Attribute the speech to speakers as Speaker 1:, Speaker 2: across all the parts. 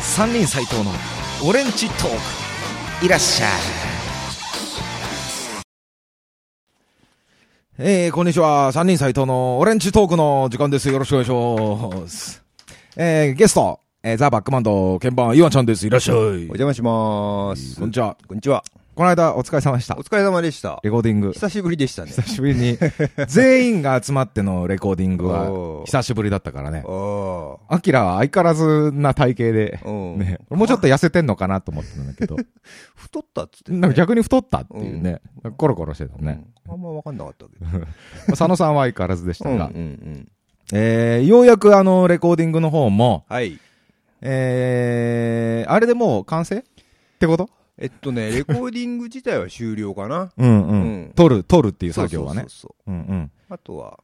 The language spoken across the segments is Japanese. Speaker 1: 三人斎藤のオレンジトークいらっしゃいえー、こんにちは。三人斎藤のオレンジトークの時間です。よろしくお願いします。えー、ゲスト、えー、ザ・バックマンド、鍵盤、イワちゃんです。いらっしゃい。
Speaker 2: お邪魔します。
Speaker 1: こんにちは。
Speaker 2: こんにちは。
Speaker 1: この間、お疲れ様でした
Speaker 2: お。疲れ様でした。
Speaker 1: レコーディング。
Speaker 2: 久しぶりでしたね。
Speaker 1: 久しぶりに、全員が集まってのレコーディングは
Speaker 2: お、ー
Speaker 1: 久しぶりだったからね。
Speaker 2: お
Speaker 1: アキラは相変わらずな体型で、
Speaker 2: ーうん。
Speaker 1: ね、もうちょっと痩せてんのかなと思ってたんだけど、
Speaker 2: 太ったっつってね。
Speaker 1: なんか逆に太ったっていうね、コロコロしてたね。
Speaker 2: うん。あんま分かんなかったけど。
Speaker 1: 佐野さんは相変わらずでした
Speaker 2: うんうんう
Speaker 1: が、
Speaker 2: ん。
Speaker 1: えー、ようやくあの、レコーディングの方も、
Speaker 2: はい。
Speaker 1: えー、あれでもう完成ってこと
Speaker 2: えっ とね、レコーディング自体は終了かな。
Speaker 1: うんうん。
Speaker 2: うん
Speaker 1: 撮る、撮るっていう作業はね
Speaker 2: そう。そうそう
Speaker 1: うんうん。
Speaker 2: そう。あとは、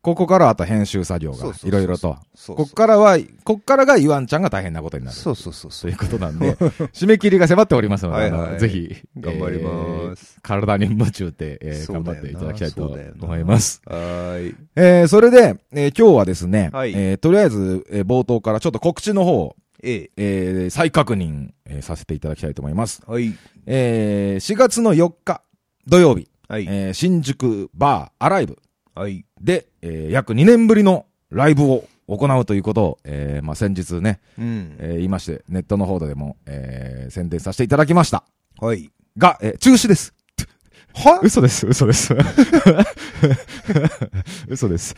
Speaker 1: ここからはあと編集作業
Speaker 2: そ
Speaker 1: が
Speaker 2: うそう、そう
Speaker 1: いろいろと。
Speaker 2: そうそ
Speaker 1: こ
Speaker 2: う
Speaker 1: っからは、こっからがイワンちゃんが大変なことになる。
Speaker 2: そうそうそうそ
Speaker 1: と
Speaker 2: う。
Speaker 1: いうことなんで、 締め切りが迫っておりますので、
Speaker 2: は
Speaker 1: あ
Speaker 2: いはい
Speaker 1: のぜひ、
Speaker 2: 頑張ります
Speaker 1: えー体に夢中で、えー
Speaker 2: そ
Speaker 1: 頑
Speaker 2: うだ
Speaker 1: 張
Speaker 2: よな
Speaker 1: っていただきたい
Speaker 2: そ
Speaker 1: と
Speaker 2: うだよな
Speaker 1: 思います。
Speaker 2: はーい。
Speaker 1: えーそれで、えー今日はですね、
Speaker 2: はい
Speaker 1: えーとりあえず、えー冒頭からちょっと告知の方を、
Speaker 2: ええ。
Speaker 1: えー再確認、えーさせていただきたいと思います。
Speaker 2: はい。
Speaker 1: えー4月の4日土曜日、
Speaker 2: はい。
Speaker 1: えー新宿バーアライブ
Speaker 2: はい。
Speaker 1: で、えー約2年ぶりのライブを行うということを、えーまあ、先日ね、
Speaker 2: うん。
Speaker 1: えー言いまして、ネットの方でも、えー宣伝させていただきました。
Speaker 2: はい。
Speaker 1: が、えー中止です。
Speaker 2: は
Speaker 1: 嘘です、嘘です。 嘘です、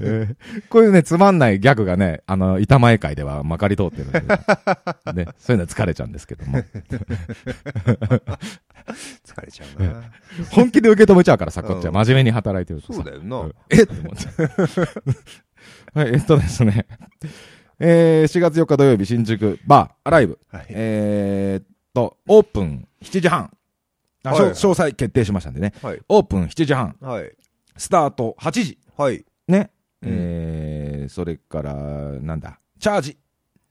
Speaker 1: えーこういうね、つまんないギャグがね、あの、板前会ではまかり通ってるんで、ね、そういうのは疲れちゃうんですけども。
Speaker 2: 疲れちゃうな。
Speaker 1: 本気で受け止めちゃうからさ、こっちは
Speaker 2: うん
Speaker 1: 真面目に働いてるとさ
Speaker 2: そうだよな。
Speaker 1: えっと思って。はい、えっとですね。えー、4月4日土曜日、新宿、バー、アライブ。
Speaker 2: はい。
Speaker 1: えーっと、オープン7時半。あ、
Speaker 2: はい
Speaker 1: 詳詳細決定しましたんでね。
Speaker 2: はい。
Speaker 1: オープン7時半。
Speaker 2: はい。
Speaker 1: スタート8時。
Speaker 2: はい。
Speaker 1: ね。
Speaker 2: うん
Speaker 1: えー、それから、なんだ。チャージ。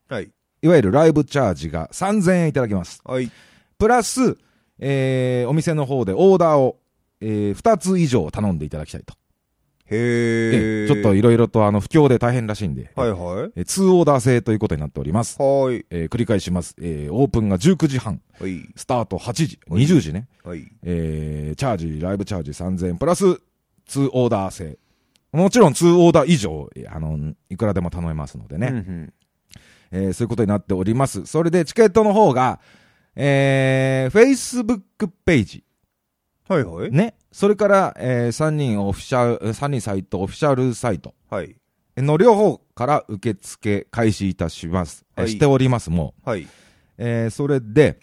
Speaker 2: はい。
Speaker 1: いわゆるライブチャージが3000円いただきます。
Speaker 2: はい。
Speaker 1: プラス、えー、お店の方でオーダーを、えー、2つ以上頼んでいただきたいと。
Speaker 2: へ
Speaker 1: え
Speaker 2: え。
Speaker 1: えちょっといろいろとあの不況で大変らしいんで、
Speaker 2: はいはい。
Speaker 1: えー2オーダー制ということになっております。
Speaker 2: はい。
Speaker 1: えー繰り返します、えーオープンが19時半、
Speaker 2: はい。
Speaker 1: スタート8時、20時ね、
Speaker 2: はい。
Speaker 1: えーチャージ、ライブチャージ3000円、プラス2オーダー制。もちろん2オーダー以上、えーあの、いくらでも頼めますのでね、
Speaker 2: ね。
Speaker 1: えーそういうことになっております。それでチケットの方が、えー、Facebook ページ、
Speaker 2: はいはい。
Speaker 1: ね、それから、え3人オフィシャル、3人サイト、オフィシャルサイト、
Speaker 2: はい。
Speaker 1: の両方から受付開始いたします。え
Speaker 2: はい
Speaker 1: しております、もう。
Speaker 2: はい。
Speaker 1: えーそれで、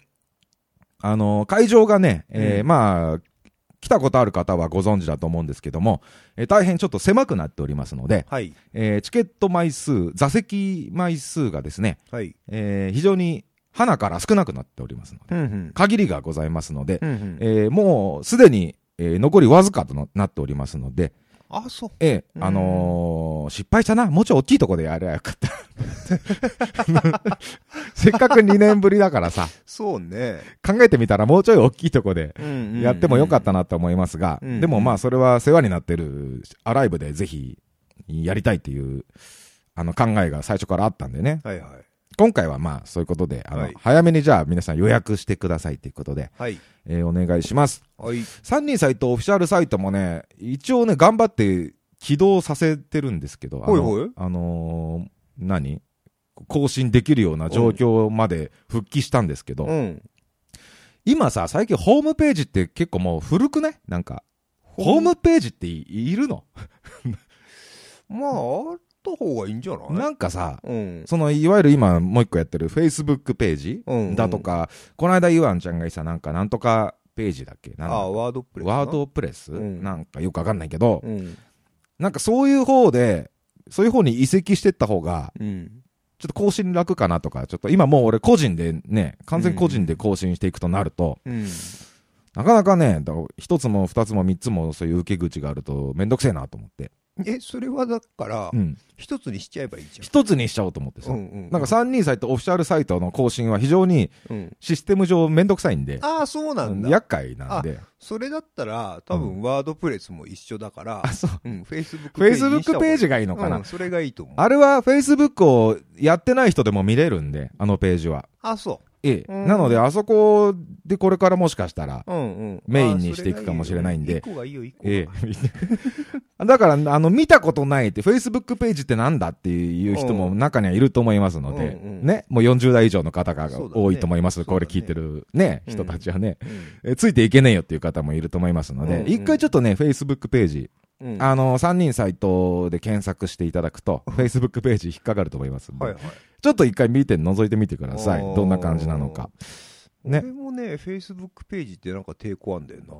Speaker 1: あのー会場がね、えー
Speaker 2: うん
Speaker 1: まあ、来たことある方はご存知だと思うんですけども、えー大変ちょっと狭くなっておりますので、
Speaker 2: はい。
Speaker 1: えーチケット枚数、座席枚数がですね、
Speaker 2: はい。
Speaker 1: えー非常に花から少なくなっておりますので、
Speaker 2: うんうん。
Speaker 1: 限りがございますので、
Speaker 2: うんうん
Speaker 1: えーもうすでに、えー残りわずかとななっておりますので、
Speaker 2: あ、そう。
Speaker 1: ええ、
Speaker 2: うん
Speaker 1: あのー失敗したな。もうちょい大きいとこでやればよかった。 せっかく2年ぶりだからさ、
Speaker 2: そうね。
Speaker 1: 考えてみたらもうちょい大きいとこで
Speaker 2: うん
Speaker 1: やってもよかったなと思いますが、
Speaker 2: うん
Speaker 1: でもまあそれは世話になってるアライブでぜひやりたいっていう、あの考えが最初からあったんでね。
Speaker 2: た。はいはい。
Speaker 1: 今回はまあそういうことで、あの、
Speaker 2: はい
Speaker 1: 早めにじゃあ皆さん予約してくださいということで、
Speaker 2: はい。
Speaker 1: えーお願いします。
Speaker 2: はい。
Speaker 1: 三人サイトオフィシャルサイトもね、一応ね、頑張って起動させてるんですけど、あの、
Speaker 2: ほいほい
Speaker 1: あのー何更新できるような状況まで復帰したんですけど、
Speaker 2: うん。
Speaker 1: 今さ、最近ホームページって結構もう古くないなんか、ホームページっていいるの
Speaker 2: まあ、あった方がいいんじゃない
Speaker 1: なんかさ、
Speaker 2: うん。
Speaker 1: その、いわゆる今もう一個やってる Facebook ページ
Speaker 2: うんうん
Speaker 1: だとか、この間イワンちゃんがさ、なんかなんとかページだっけなんだ
Speaker 2: あ、ワードプレス。
Speaker 1: ワー。ドプレス、
Speaker 2: うん
Speaker 1: なんかよくわかんないけど、
Speaker 2: うん。
Speaker 1: なんかそういう方で、そういう方に移籍してった方が、
Speaker 2: うん。
Speaker 1: ちょっと更新楽かなとか、ちょっと今もう俺個人でね、完全個人で更新していくとなると、
Speaker 2: うん。
Speaker 1: なかなかね、だから一つも二つも三つもそういう受け口があるとめんどくせえなと思って。
Speaker 2: え、それはだから
Speaker 1: う、ん。
Speaker 2: 一つにしちゃえばいいじ
Speaker 1: 一つにしちゃおうと思って
Speaker 2: ゃ
Speaker 1: さ
Speaker 2: ん。う。んうん。
Speaker 1: なんか3人サイト、オフィシャルサイトの更新は非常に
Speaker 2: うん。
Speaker 1: システム上めんどくさいんで、
Speaker 2: ああ、そうなんだ。
Speaker 1: 厄介なんで。
Speaker 2: それだったら、多
Speaker 1: う
Speaker 2: 分ワードプレスも一緒だから
Speaker 1: あ、、そう。
Speaker 2: うん、Facebook
Speaker 1: フェイスブックページ
Speaker 2: がいい
Speaker 1: がいいのかな。
Speaker 2: うん、それがいいと思う。
Speaker 1: あれはフェイスブックをやってない人でも見れるんで、あのページは。
Speaker 2: あ、そ
Speaker 1: ええ。
Speaker 2: うん
Speaker 1: なので、あそこでこれからもしかしたら、
Speaker 2: う。うんうん。
Speaker 1: メインにしていくかもしれないんで
Speaker 2: あそれがいいよ一個がいいよ、
Speaker 1: え
Speaker 2: 一個が。
Speaker 1: え。だから、あの、見たことないって、Facebook ページってなんだっていう人も
Speaker 2: うん
Speaker 1: 中にはいると思いますので、
Speaker 2: うんうん
Speaker 1: ね、もう40代以上の方が
Speaker 2: そうだね
Speaker 1: 多いと思います。
Speaker 2: そうだね
Speaker 1: これ聞いてるね、
Speaker 2: うん
Speaker 1: 人たちはね、
Speaker 2: うん
Speaker 1: えついていけねえよっていう方もいると思いますので、
Speaker 2: うんうん
Speaker 1: 一回ちょっとね、Facebook ページ、
Speaker 2: うん
Speaker 1: あの、3人サイトで検索していただくと、Facebook ページ引っかかると思いますんで、
Speaker 2: はいはい。
Speaker 1: ちょっと一回見て、覗いてみてください。
Speaker 2: おー
Speaker 1: どんな感じなのか。ね
Speaker 2: 俺 もね、Facebook ページってなんか抵抗あんだよ な。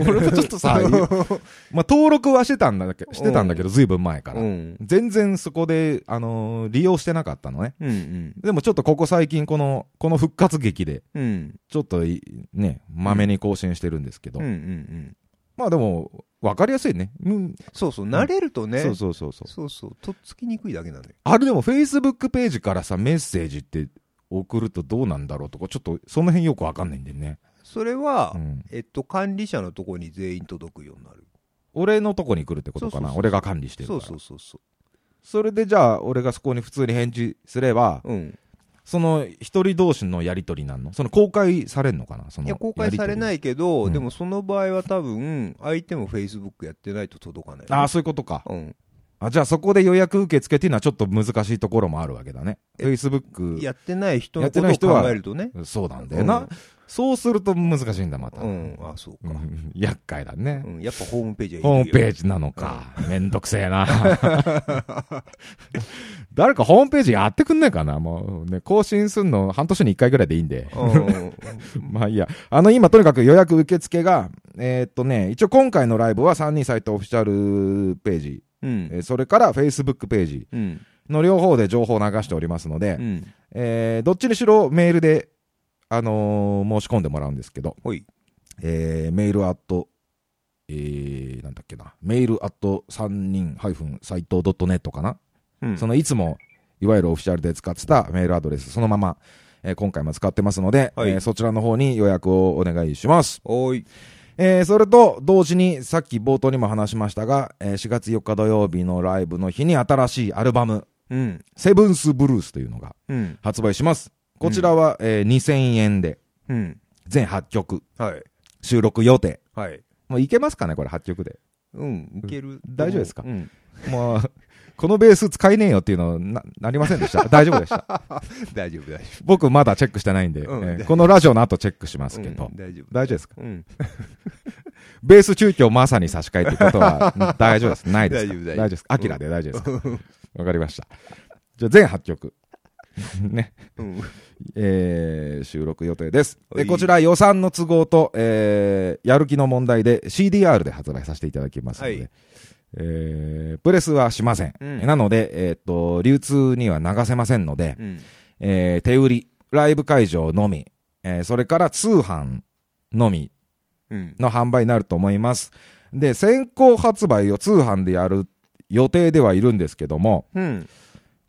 Speaker 1: 俺もちょっとさ、言う まあ、登録はしてたんだけど、してたんだけど、ずいぶん前から
Speaker 2: う。ん。
Speaker 1: 全然そこで、あのー利用してなかったのね。
Speaker 2: うんうん。
Speaker 1: でもちょっとここ最近この、この復活劇で、
Speaker 2: うん。
Speaker 1: ちょっといね、まめに更新してるんですけど。
Speaker 2: うんうんうん。
Speaker 1: まあでも、わかりやすいね。うん。
Speaker 2: そうそう、慣れるとね、
Speaker 1: そうそうそうそう。
Speaker 2: そうそう、とっつきにくいだけなんだよ。
Speaker 1: あれでも Facebook ページからさ、メッセージって送るとどうなんだろうとか、ちょっとその辺よくわかんないんでね。
Speaker 2: それは、
Speaker 1: うん。
Speaker 2: えっと、管理者のとこに全員届くようになる。
Speaker 1: 俺のとこに来るってことか
Speaker 2: そうそう
Speaker 1: な。
Speaker 2: そう
Speaker 1: 俺が管理してるか
Speaker 2: そ
Speaker 1: ら。
Speaker 2: うそうそうそ
Speaker 1: それでじゃあ、俺がそこに普通に返事すれば、
Speaker 2: う。うん。
Speaker 1: その一人同士のやりとりなんのその公開されんのかなその。
Speaker 2: いや、公開されないいけど、
Speaker 1: うん
Speaker 2: でもその場合は多分、相手も Facebook やってないと届かない。
Speaker 1: ああ、そういうことか。
Speaker 2: うん。
Speaker 1: あじゃあそこで予約受付っていうのはちょっと難しいところもあるわけだね。
Speaker 2: え
Speaker 1: Facebook。
Speaker 2: やってない人
Speaker 1: や
Speaker 2: の
Speaker 1: って
Speaker 2: こ
Speaker 1: ない人
Speaker 2: とを
Speaker 1: は
Speaker 2: 考えるとね。
Speaker 1: そうなんだよな。
Speaker 2: うん
Speaker 1: そうすると難しいんだ、また。
Speaker 2: うん、あ、そう
Speaker 1: う
Speaker 2: か。
Speaker 1: ん厄介だね。
Speaker 2: うん、やっぱホームページはいいよ
Speaker 1: ホームページなのか。めんどくせえな。 誰かホームページやってくんないかなもうね、更新すんの半年に一回ぐらいでいいんで。まあいいや。あの、今とにかく予約受付が、えーっとね、一応今回のライブは32サイトオフィシャルページ、
Speaker 2: うん。うん
Speaker 1: えーそれから Facebook ページ
Speaker 2: うん。
Speaker 1: の両方で情報を流しておりますので、
Speaker 2: うん。
Speaker 1: えーどっちにしろメールで、あのー申し込んでもらうんですけど、
Speaker 2: ほい。
Speaker 1: えーメールアット、えーなんだっけな、メールアット3人ハイフンサイト .net かな、
Speaker 2: うん
Speaker 1: そのいつも、いわゆるオフィシャルで使ってたメールアドレス、そのまま、えー今回も使ってますので、
Speaker 2: はい
Speaker 1: えーそちらの方に予約をお願いします。
Speaker 2: おーい。
Speaker 1: えーそれと、同時に、さっき冒頭にも話しましたが、えー4月4日土曜日のライブの日に新しいアルバム、
Speaker 2: うん。
Speaker 1: セブンスブルースというのが
Speaker 2: うん。
Speaker 1: 発売します。こちらは、えー2000円で、
Speaker 2: うん。
Speaker 1: 全8曲、
Speaker 2: はい。
Speaker 1: 収録予定。
Speaker 2: はい。
Speaker 1: もういけますかねこれ8曲で。
Speaker 2: うん。いける。
Speaker 1: 大丈夫ですか
Speaker 2: うん。
Speaker 1: もう、このベース使えねえよっていうのな、なりませんでした 大丈夫でした。
Speaker 2: 大丈夫、大丈
Speaker 1: 僕まだチェックしてないんで、
Speaker 2: うん
Speaker 1: えーこのラジオの後チェックします
Speaker 2: 夫。
Speaker 1: けど、
Speaker 2: うん大丈夫。
Speaker 1: 大丈夫ですか
Speaker 2: うん。
Speaker 1: ベース中継をまさに差し替えということは、 うん大丈夫です。ないですか
Speaker 2: 大丈夫大丈夫
Speaker 1: ですかアキラで大丈夫ですかわかりました。じゃあ全8曲。ね。
Speaker 2: うん。
Speaker 1: えー収録予定です。
Speaker 2: は
Speaker 1: で、
Speaker 2: い
Speaker 1: こちら予算の都合と、えーやる気の問題で CDR で発売させていただきますので、
Speaker 2: はい
Speaker 1: えープレスはしません。
Speaker 2: うん
Speaker 1: なので、えーっと、流通には流せませんので、
Speaker 2: うん。
Speaker 1: えー手売り、ライブ会場のみ、えーそれから通販のみ
Speaker 2: うん。
Speaker 1: の販売になると思います。で、先行発売を通販でやる予定ではいるんですけども、
Speaker 2: うん。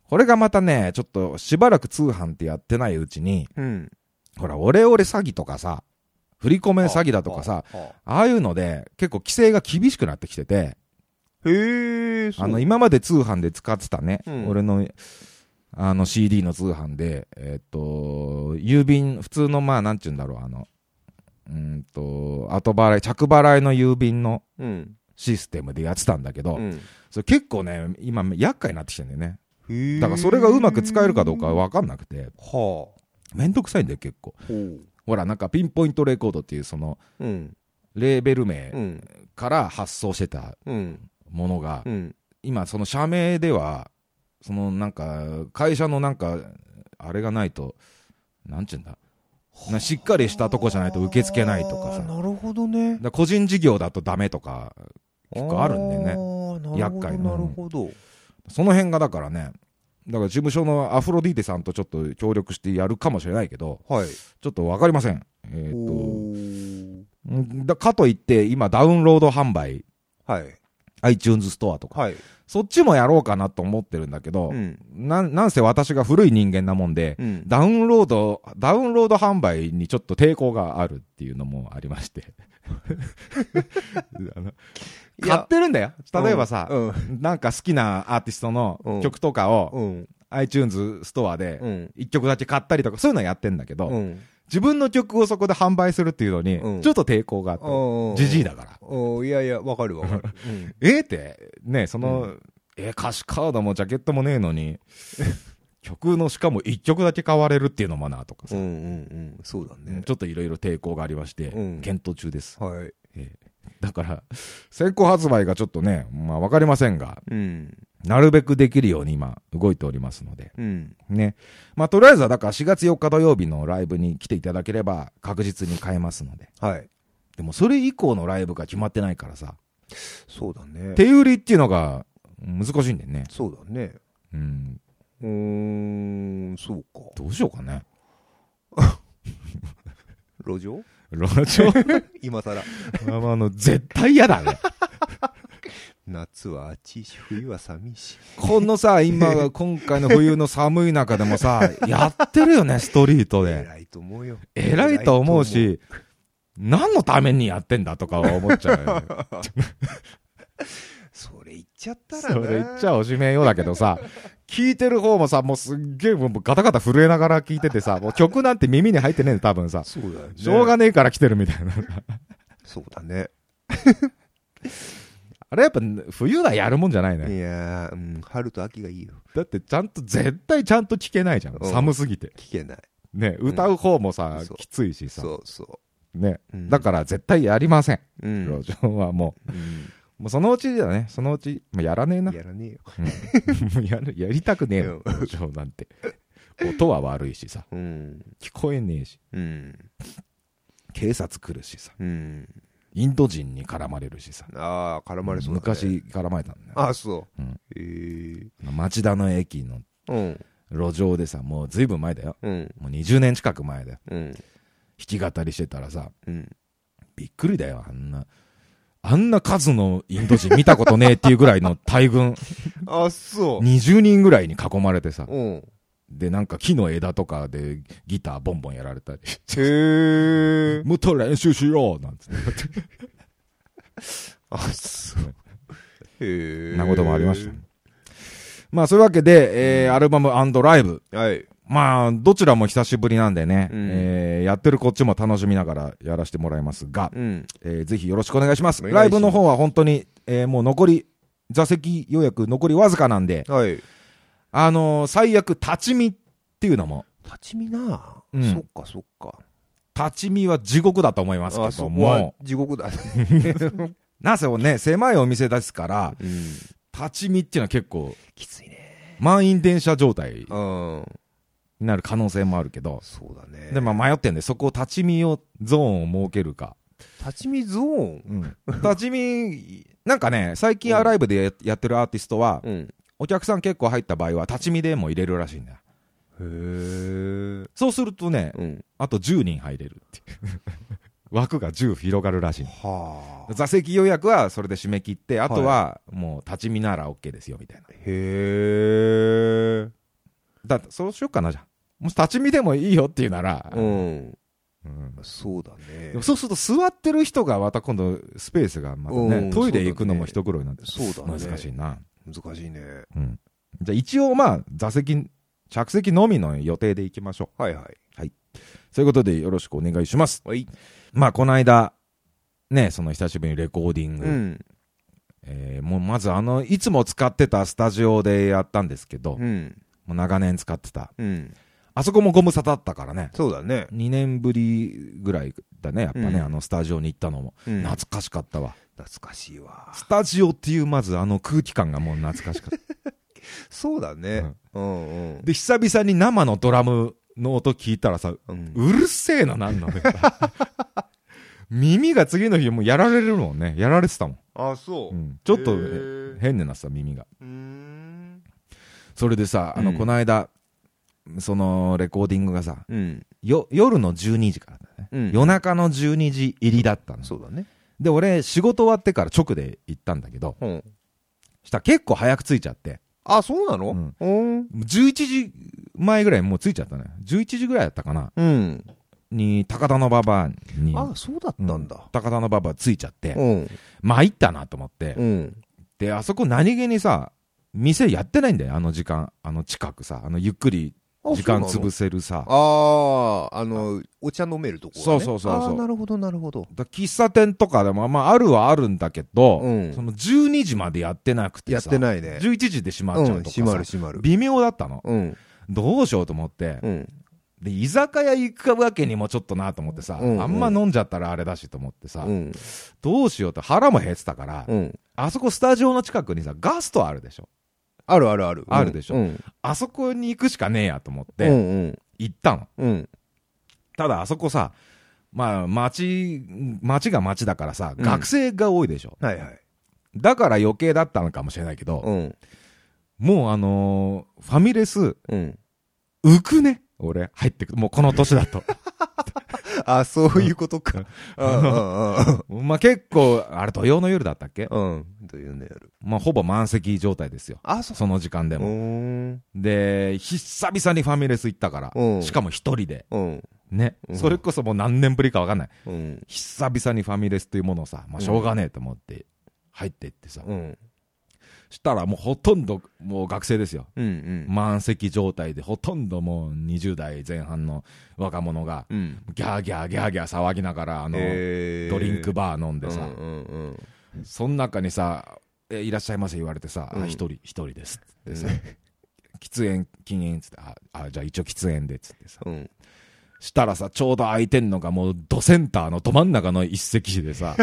Speaker 1: これがまたね、ちょっとしばらく通販ってやってないうちに、
Speaker 2: うん。
Speaker 1: ほら、オレオレ詐欺とかさ、振り込め詐欺だとかさ、
Speaker 2: あ。あ
Speaker 1: ああいうので、結構規制が厳しくなってきてて、
Speaker 2: へえ、そう
Speaker 1: あの、、今まで通販で使ってたね、
Speaker 2: うん
Speaker 1: 俺の、あの CD の通販で、えっと、郵便、普通の、まあ、なんちゅうんだろう、あの、うーんと、後払い、着払いの郵便の
Speaker 2: うん。
Speaker 1: システムでやってたんだけど、
Speaker 2: うん
Speaker 1: それ結構ね、今、厄介になってきてんだよね。
Speaker 2: へえ。
Speaker 1: だからそれがうまく使えるかどうかわかんなくて、
Speaker 2: はあ。ほ
Speaker 1: めんどくさいんだよ、結構。
Speaker 2: う。
Speaker 1: ほら、なんかピンポイントレコードっていう、その、
Speaker 2: うん。
Speaker 1: レーベル名
Speaker 2: うん。
Speaker 1: から発送してた
Speaker 2: うん。
Speaker 1: ものが、
Speaker 2: うん。
Speaker 1: 今その社名ではそのなんか会社のなんかあれがないとなんちゅうんだなしっかりしたとこじゃないと受け付けないとかさ
Speaker 2: あーなるほどね。
Speaker 1: だ個人事業だとダメとか結構あるんでね
Speaker 2: ね
Speaker 1: 厄介な
Speaker 2: なるほど。
Speaker 1: その辺がだからねだから事務所のアフロディーテさんとちょっと協力してやるかもしれないけど
Speaker 2: はい。
Speaker 1: ちょっとわかりませんえっ、
Speaker 2: おー
Speaker 1: とんだかといって今ダウンロード販売
Speaker 2: はい。
Speaker 1: iTunes ストアとか、
Speaker 2: はい。
Speaker 1: そっちもやろうかなと思ってるんだけど、
Speaker 2: うん。
Speaker 1: なんなんせ私が古い人間なもんで、
Speaker 2: うん。
Speaker 1: ダウンロード、ダウンロード販売にちょっと抵抗があるっていうのもありま して。あの
Speaker 2: い
Speaker 1: 買っ
Speaker 2: や
Speaker 1: てるんだよ。例えばさ、
Speaker 2: うん。
Speaker 1: なんか好きなアーティストの曲とかを
Speaker 2: うん。
Speaker 1: iTunes ストア
Speaker 2: う
Speaker 1: で
Speaker 2: ん。
Speaker 1: 1曲だけ買ったりとか、そういうのはやってんだけど、
Speaker 2: うん。
Speaker 1: 自分の曲をそこで販売するっていうの
Speaker 2: う
Speaker 1: に、
Speaker 2: ん
Speaker 1: ちょっと抵抗があって、
Speaker 2: うん
Speaker 1: じじいだから。
Speaker 2: うん。いやいや、わかる わかる。うん。
Speaker 1: えーって、ね、その、えー歌詞カードもジャケットもねえのに、 曲のしかも1曲だけ買われるっていうのもなとか
Speaker 2: う
Speaker 1: さ
Speaker 2: ん、うんうん。そうだね。
Speaker 1: ちょっといろいろ抵抗がありまして、
Speaker 2: うん
Speaker 1: 検討中です。
Speaker 2: はい。
Speaker 1: だから、先行発売がちょっとね、まあわかりませんが、
Speaker 2: うん。
Speaker 1: なるべくできるように今動いておりますので、
Speaker 2: うん。
Speaker 1: ね。まあとりあえずはだから4月4日土曜日のライブに来ていただければ確実に買えますので。
Speaker 2: はい。
Speaker 1: でもそれ以降のライブが決まってないからさ、
Speaker 2: そうだね。
Speaker 1: 手売りっていうのが難しいんだよね。
Speaker 2: そうだね。
Speaker 1: うん。
Speaker 2: うーん、そうか。
Speaker 1: どうしようかね。
Speaker 2: 路上
Speaker 1: 路上
Speaker 2: 今更。
Speaker 1: まあまああの、絶対嫌だね。
Speaker 2: 夏は暑いし、冬は寂しい。
Speaker 1: このさ、今、今回の冬の寒い中でもさ、やってるよね、ストリートで。
Speaker 2: 偉いと思うよ。
Speaker 1: 偉いと思うし、何のためにやってんだとかは思っちゃうよね。
Speaker 2: それ言っちゃったらな
Speaker 1: それ言っちゃおしめえようだけどさ、聞いてる方もさ、もうすっげえもうガタガタ震えながら聞いててさ、もう曲なんて耳に入ってねえの多分さ。
Speaker 2: そうだよね
Speaker 1: しょうがねえから来てるみたいな。
Speaker 2: そうだね
Speaker 1: あれやっぱ冬はやるもんじゃない
Speaker 2: い
Speaker 1: ね。
Speaker 2: やー、うん、春と秋がいいよ
Speaker 1: だってちゃんと、絶対ちゃんと聞けないじゃん。
Speaker 2: うん
Speaker 1: 寒すぎて。
Speaker 2: 聞けない
Speaker 1: ね、歌う方もさ、
Speaker 2: そう
Speaker 1: きついしさ。
Speaker 2: そうそ
Speaker 1: ね。
Speaker 2: う、うん
Speaker 1: だから絶対やりません。
Speaker 2: うん、
Speaker 1: 路上はも
Speaker 2: うん
Speaker 1: う。もうそのうちだね。そのうち、もうやらねえな。
Speaker 2: やらねえよ
Speaker 1: もうやる やりたくねえよ、路上なんて。音は悪いしさ。
Speaker 2: うん
Speaker 1: 聞こえねえし。
Speaker 2: うん
Speaker 1: 警察来るしさ。
Speaker 2: うん
Speaker 1: インド人に絡まれるしさ。
Speaker 2: ああ絡まれそうだ、ね、
Speaker 1: 昔絡まれたんだよ。
Speaker 2: ああそう、
Speaker 1: うん
Speaker 2: えー、
Speaker 1: 町田の駅の
Speaker 2: うん
Speaker 1: 路上でさ、もうずいぶん前だよ。
Speaker 2: うん
Speaker 1: もう20年近く前だよ。
Speaker 2: うん
Speaker 1: 弾き語りしてたらさ、
Speaker 2: うん
Speaker 1: びっくりだよ、あんな。あんな数のインド人見たことねえっていうぐらいの大群、
Speaker 2: あそう
Speaker 1: 20人ぐらいに囲まれてさ、
Speaker 2: うん へ
Speaker 1: で、なんか木の枝とかでギターボンボンやられたり、
Speaker 2: え
Speaker 1: もっと練習しようなんつって、
Speaker 2: あそうへえ
Speaker 1: なこともありましたね、まあ、そういうわけで、えー、アルバムライブ。
Speaker 2: はい
Speaker 1: まあ、どちらも久しぶりなんでね、
Speaker 2: うん
Speaker 1: えーやってるこっちも楽しみながらやらせてもらいますが、
Speaker 2: うん
Speaker 1: えーぜひよろしくお願いします。
Speaker 2: お願いします
Speaker 1: ライブの方は本当に、えーもう残り、座席予約残りわずかなんで、
Speaker 2: はい
Speaker 1: あのー最悪、立ち見っていうのも、
Speaker 2: 立ち見な、
Speaker 1: うん
Speaker 2: そっかそっか
Speaker 1: 立ち見は地獄だと思いますけ
Speaker 2: そ
Speaker 1: ど
Speaker 2: こは
Speaker 1: も、
Speaker 2: 地獄だね、
Speaker 1: なぜね、狭いお店ですから、
Speaker 2: うん、
Speaker 1: 立ち見っていうのは結構、
Speaker 2: きついね
Speaker 1: 満員電車状態に
Speaker 2: うん
Speaker 1: なる可能性もあるけど、
Speaker 2: そうだね
Speaker 1: で、まあ迷ってんで、そこを立ち見を、ゾーンを設ける か。
Speaker 2: 立ち見ゾーン
Speaker 1: 立ち見、なんかね、最近アライブでややってるアーティストは、
Speaker 2: うん
Speaker 1: お客さん結構入った場合は、立ち見でも入れるらしいんだよ。
Speaker 2: へえ
Speaker 1: そうするとね、
Speaker 2: うん
Speaker 1: あと10人入れるっていう。 枠が10広がるらしいんだ
Speaker 2: はあ
Speaker 1: 座席予約はそれで締め切って、あとはもう立ち見なら OK ですよみたいな。
Speaker 2: へえ
Speaker 1: だそうしようかな、じゃあ。もし立ち見でもいいよっていうなら、
Speaker 2: うん
Speaker 1: うん
Speaker 2: そうだね
Speaker 1: でもそうすると座ってる人がまた今度スペースがまた
Speaker 2: う
Speaker 1: ね、
Speaker 2: ん
Speaker 1: トイレ行くのも一苦労になって、
Speaker 2: そうだね
Speaker 1: 難しい
Speaker 2: い
Speaker 1: な。
Speaker 2: 難しいね
Speaker 1: うんじゃあ一応まあ座席、着席のみの予定で行きましょ。
Speaker 2: はいはいう
Speaker 1: そういうことでよろしくお願いします。
Speaker 2: はい
Speaker 1: まあこの間、ね、その久しぶりにレコーディング、
Speaker 2: うん
Speaker 1: えーもうまずあの、いつも使ってたスタジオでやったんですけど、も
Speaker 2: うん
Speaker 1: う長年使ってた。
Speaker 2: うん
Speaker 1: あそこもゴム沙だったからね。
Speaker 2: そうだね
Speaker 1: 2年ぶりぐらいだね、やっぱね、
Speaker 2: うん
Speaker 1: あのスタジオに行ったのも。
Speaker 2: うん
Speaker 1: 懐かしかったわ。
Speaker 2: 懐かしいわ
Speaker 1: スタジオっていう、まずあの空気感がもう懐かしかった。
Speaker 2: そうだねうんうん
Speaker 1: で、久々に生のドラムの音聞いたらさ、
Speaker 2: うん
Speaker 1: うるせえな、なんのね。耳が次の日もうやられるもんね。やられてたもん。
Speaker 2: あそううん
Speaker 1: ちょっと
Speaker 2: へ
Speaker 1: ね、
Speaker 2: ー
Speaker 1: 変になってた、耳が。
Speaker 2: うーん
Speaker 1: それでさ、あの、
Speaker 2: うん
Speaker 1: この間、そのレコーディングがさ、
Speaker 2: うん
Speaker 1: よ、夜の12時からだね。
Speaker 2: うん
Speaker 1: 夜中の12時入りだったの。
Speaker 2: そうだね
Speaker 1: で、俺、仕事終わってから直で行ったんだけど、
Speaker 2: うん。
Speaker 1: したら結構早く着いちゃって、
Speaker 2: あ、そうな
Speaker 1: う
Speaker 2: の
Speaker 1: ん
Speaker 2: うん。
Speaker 1: 11時前ぐらいにもう着いちゃったね。11時ぐらいだったかな
Speaker 2: うん。
Speaker 1: に、高田の馬場に、
Speaker 2: あ、そうだったんだ。
Speaker 1: 高田の馬場着いちゃって、
Speaker 2: うん。
Speaker 1: 参ったなと思って、
Speaker 2: うん。
Speaker 1: で、あそこ何気にさ、店やってないんだよ、あの時間、あの近くさ、あのゆっくり
Speaker 2: あ
Speaker 1: 時間
Speaker 2: そう
Speaker 1: 潰
Speaker 2: なの
Speaker 1: せるさ、
Speaker 2: ああ、あの、お茶飲めるとこだね
Speaker 1: そうそうそうそう
Speaker 2: あーなるほど、なるほど。
Speaker 1: だ喫茶店とかでも、まあ、あるはあるんだけど、
Speaker 2: うん
Speaker 1: その12時までやってなくて
Speaker 2: やっ
Speaker 1: さ、
Speaker 2: てないね。
Speaker 1: 11時で閉ま
Speaker 2: う
Speaker 1: っ
Speaker 2: ん
Speaker 1: ちゃうとかさ、
Speaker 2: 閉まる閉まる。
Speaker 1: 微妙だったの。
Speaker 2: うん。
Speaker 1: どうしようと思って、
Speaker 2: うん。
Speaker 1: で、居酒屋行くわけにもちょっとなと思ってさ、
Speaker 2: うんうん
Speaker 1: あんま飲んじゃったらあれだしと思ってさ、
Speaker 2: うん。
Speaker 1: どうしようと腹も減ってたから、
Speaker 2: うん。
Speaker 1: あそこスタジオの近くにさ、ガストあるでしょ。
Speaker 2: あるあるある。
Speaker 1: あるでしょ
Speaker 2: うん。
Speaker 1: あそこに行くしかねえやと思っ
Speaker 2: うん
Speaker 1: て、
Speaker 2: うん。
Speaker 1: 行ったの。
Speaker 2: うん。
Speaker 1: ただあそこさ、まあ、町、町が町だからさ、
Speaker 2: うん
Speaker 1: 学生が多いでしょ。
Speaker 2: はいはい。
Speaker 1: だから余計だったのかもしれないけど、
Speaker 2: うん。
Speaker 1: もうあのーファミレス、
Speaker 2: うん。
Speaker 1: 浮くね。俺、入ってく。もうこの年だ と。
Speaker 2: あ、そういうことか。 うん
Speaker 1: まあ結構、あれ土曜の夜だったっけ
Speaker 2: うんうん。うん。というのやる。
Speaker 1: まあほぼ満席状態ですよ。
Speaker 2: あ、そう。
Speaker 1: その時間で
Speaker 2: う
Speaker 1: も。
Speaker 2: ん。
Speaker 1: で、久々にファミレス行ったか
Speaker 2: う
Speaker 1: ら、
Speaker 2: ん
Speaker 1: しかも一人で。
Speaker 2: うん。
Speaker 1: ね。
Speaker 2: うん
Speaker 1: それこそもう何年ぶりかわかんない。
Speaker 2: うん。
Speaker 1: 久々にファミレスというものをさ、まあしょうがねえと思って入ってってさ。
Speaker 2: うん。
Speaker 1: したらもうほとんどもう学生ですよ。
Speaker 2: うん。
Speaker 1: 満席状態でほとんどもう20代前半の若者が
Speaker 2: うん。
Speaker 1: ギャーギャーギャーギャー騒ぎながらあのド
Speaker 2: え
Speaker 1: リンクバー飲んで
Speaker 2: う
Speaker 1: さ
Speaker 2: んうんうん。
Speaker 1: その中にさ「えいらっしゃいませ」言われてさ「
Speaker 2: う
Speaker 1: あ
Speaker 2: ん
Speaker 1: 一人一人です」ってさ「喫煙禁煙」っつってあ「あじゃあ一応喫煙で」っつってさ
Speaker 2: うん。
Speaker 1: したらさちょうど空いてんのがもうドセンターのど真ん中の一席でさ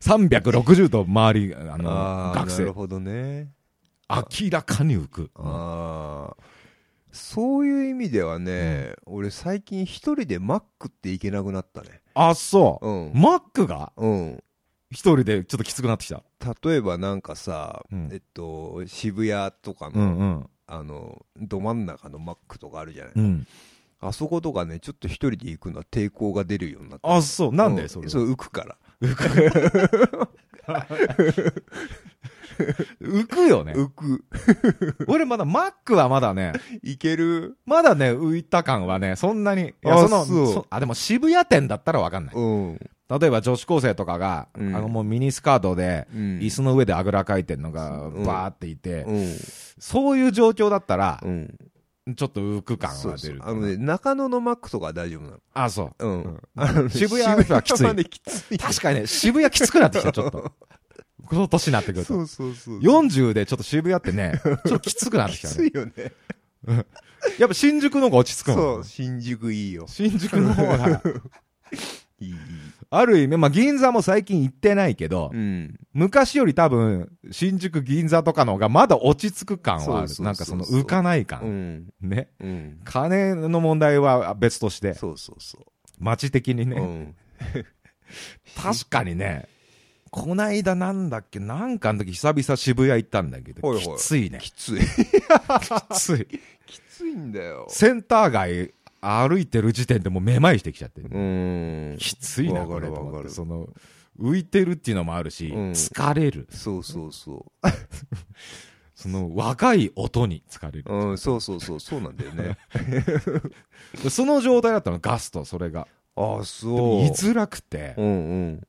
Speaker 1: 360度周りあの
Speaker 2: ああ、
Speaker 1: 学
Speaker 2: なる
Speaker 1: 生
Speaker 2: ほどね。
Speaker 1: 明らかに浮く
Speaker 2: ああ。そういう意味ではね、俺最近一人でマックって行けなくなったね。
Speaker 1: あそう
Speaker 2: うん。
Speaker 1: マックが
Speaker 2: うん。
Speaker 1: 一人でちょっときつくなってきた
Speaker 2: 例えばなんかさ、
Speaker 1: うん
Speaker 2: えっと、渋谷とか
Speaker 1: う
Speaker 2: の、
Speaker 1: んうん
Speaker 2: あの、ど真ん中のマックとかあるじゃない。
Speaker 1: うん
Speaker 2: あそことかね、ちょっと一人で行くのは抵抗が出るようになった。
Speaker 1: あそうなん
Speaker 2: う
Speaker 1: でそれ
Speaker 2: そう、浮くから。
Speaker 1: 浮くよね
Speaker 2: 浮く。
Speaker 1: 俺まだマックはまだね
Speaker 2: 行ける
Speaker 1: まだね、浮いた感はね、そんなに。いやそ
Speaker 2: あ
Speaker 1: の
Speaker 2: そう
Speaker 1: あ、でも渋谷店だったらわかんない。
Speaker 2: うん。
Speaker 1: 例えば女子高生とかが、
Speaker 2: うん
Speaker 1: あのもうミニスカートで、
Speaker 2: うん。
Speaker 1: 椅子の上であぐらかいてんのが、
Speaker 2: うん
Speaker 1: バーっていて、
Speaker 2: うん。
Speaker 1: そういう状況だったら
Speaker 2: う、ん。
Speaker 1: ちょっと浮く感
Speaker 2: そ
Speaker 1: は
Speaker 2: う
Speaker 1: 出
Speaker 2: そう
Speaker 1: る。
Speaker 2: あのね、中野のマックとかは大丈夫なの。
Speaker 1: あ、そう。
Speaker 2: うん。
Speaker 1: 渋谷はきつい
Speaker 2: まできつい。
Speaker 1: 確かにね、渋谷きつくなってきた、ちょっ と。この年になってくる
Speaker 2: そ
Speaker 1: と。
Speaker 2: うそうそう。
Speaker 1: 40でちょっと渋谷ってね、ちょっときつくなって
Speaker 2: き
Speaker 1: きた
Speaker 2: つ
Speaker 1: ね。
Speaker 2: いよね。
Speaker 1: やっぱ新宿の方が落ち着く
Speaker 2: そ
Speaker 1: もん
Speaker 2: う、。新宿いいよ。
Speaker 1: 新宿の方が、
Speaker 2: いい、いい。
Speaker 1: ある意味、まあ銀座も最近行ってないけど
Speaker 2: う、ん。
Speaker 1: 昔より多分、新宿、銀座とかの方がまだ落ち着く感はあ
Speaker 2: そうそうそ
Speaker 1: る。
Speaker 2: うそう
Speaker 1: なんかその浮かない感。
Speaker 2: うん。
Speaker 1: ね。
Speaker 2: うん。
Speaker 1: 金の問題は別として、
Speaker 2: そうそうそ
Speaker 1: 街的に
Speaker 2: う。
Speaker 1: ね、
Speaker 2: うん。
Speaker 1: 確かにね、こないだなんだっけ、なんかの時久々渋谷行ったんだけど、
Speaker 2: はいはい
Speaker 1: きついね。
Speaker 2: きつい。
Speaker 1: きつい。
Speaker 2: きついんだよ。
Speaker 1: センター街歩いてる時点でもうめまいしてきちゃって、
Speaker 2: うん。
Speaker 1: きついな、
Speaker 2: わ
Speaker 1: こ
Speaker 2: か
Speaker 1: れ
Speaker 2: る
Speaker 1: と思
Speaker 2: わ
Speaker 1: っ
Speaker 2: か
Speaker 1: て。
Speaker 2: る
Speaker 1: その、浮いてるっていうのもあるし、
Speaker 2: うん
Speaker 1: 疲れる。
Speaker 2: そうそうそう。
Speaker 1: その、若い音に疲れる。
Speaker 2: うん、そうそうそう、そうなんだよ ね。
Speaker 1: その状態だったの、ガスト、それが。
Speaker 2: あ、
Speaker 1: でも
Speaker 2: そ
Speaker 1: 居づらくて
Speaker 2: う。う、ん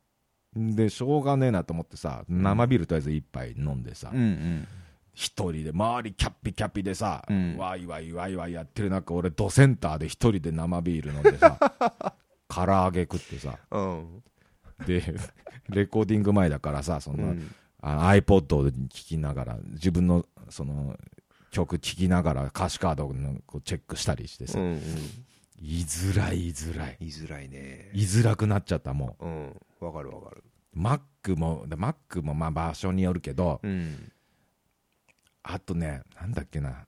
Speaker 2: うん。
Speaker 1: で、しょうがねえなと思ってさ、生ビールとりあえず一杯飲んでさ
Speaker 2: うん、うん。
Speaker 1: 一、人で周りキャッピキャッピでさ、
Speaker 2: うん
Speaker 1: ワイワイワイワイやってる中、俺ドセンターで一人で生ビール飲んで さ、唐揚げ食ってさ、
Speaker 2: うん。
Speaker 1: で、レコーディング前だからさ、そ
Speaker 2: うん
Speaker 1: な、
Speaker 2: ん
Speaker 1: あ iPod を聴きながら、自分の、その、曲聴きながら歌詞カードのこうチェックしたりしてさ、
Speaker 2: うん。
Speaker 1: 居づらい居づらい。
Speaker 2: 言いづらいね。
Speaker 1: 居づらくなっちゃった、もう。
Speaker 2: うん。わかるわかる。
Speaker 1: マックも、でマックもまあ場所によるけど、
Speaker 2: うん。
Speaker 1: あとね、なんだっけな、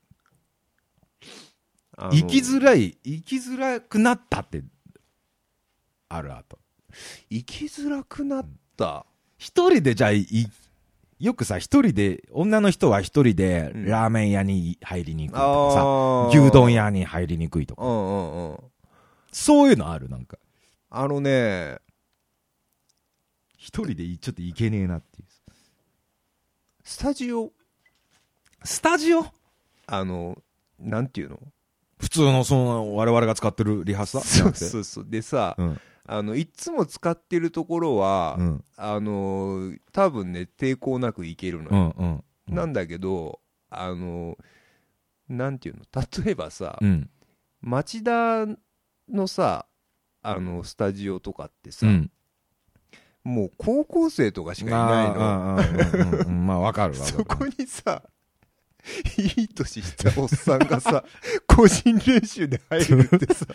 Speaker 2: あの
Speaker 1: 生きづらい、生きづらくなったって、あるあと。
Speaker 2: 生きづらくなった。
Speaker 1: 一人でじゃあい、よくさ、一人で、女の人は一人で
Speaker 2: うん
Speaker 1: ラーメン屋に入りに行くと
Speaker 2: あ
Speaker 1: か
Speaker 2: ー
Speaker 1: さ、牛丼。屋に入りにくいとか、
Speaker 2: うんうんうん。
Speaker 1: そういうのある、なんか。
Speaker 2: あのね、
Speaker 1: 一人でいちょっといけねえなっていう。
Speaker 2: スタジオ
Speaker 1: スタジオ
Speaker 2: あのなんていうの
Speaker 1: 普通のその我々が使ってるリハーサルじゃ
Speaker 2: そ
Speaker 1: な
Speaker 2: う
Speaker 1: くて
Speaker 2: そうそうでさ、
Speaker 1: うん
Speaker 2: あのいっつも使ってるところは、
Speaker 1: うん
Speaker 2: あのー多分ね抵抗なくいけるの
Speaker 1: う
Speaker 2: よ、
Speaker 1: んうんうん
Speaker 2: なんだけどあのーなんていうの例えばさ、
Speaker 1: うん
Speaker 2: 町田のさあのスタジオとかってさ、
Speaker 1: うん
Speaker 2: もう高校生とかしかいないの
Speaker 1: あーうんうんうんうんまあわかるわ
Speaker 2: そ
Speaker 1: か
Speaker 2: こ
Speaker 1: る
Speaker 2: にさいい年したおっさんがさ個人練習で入るってさ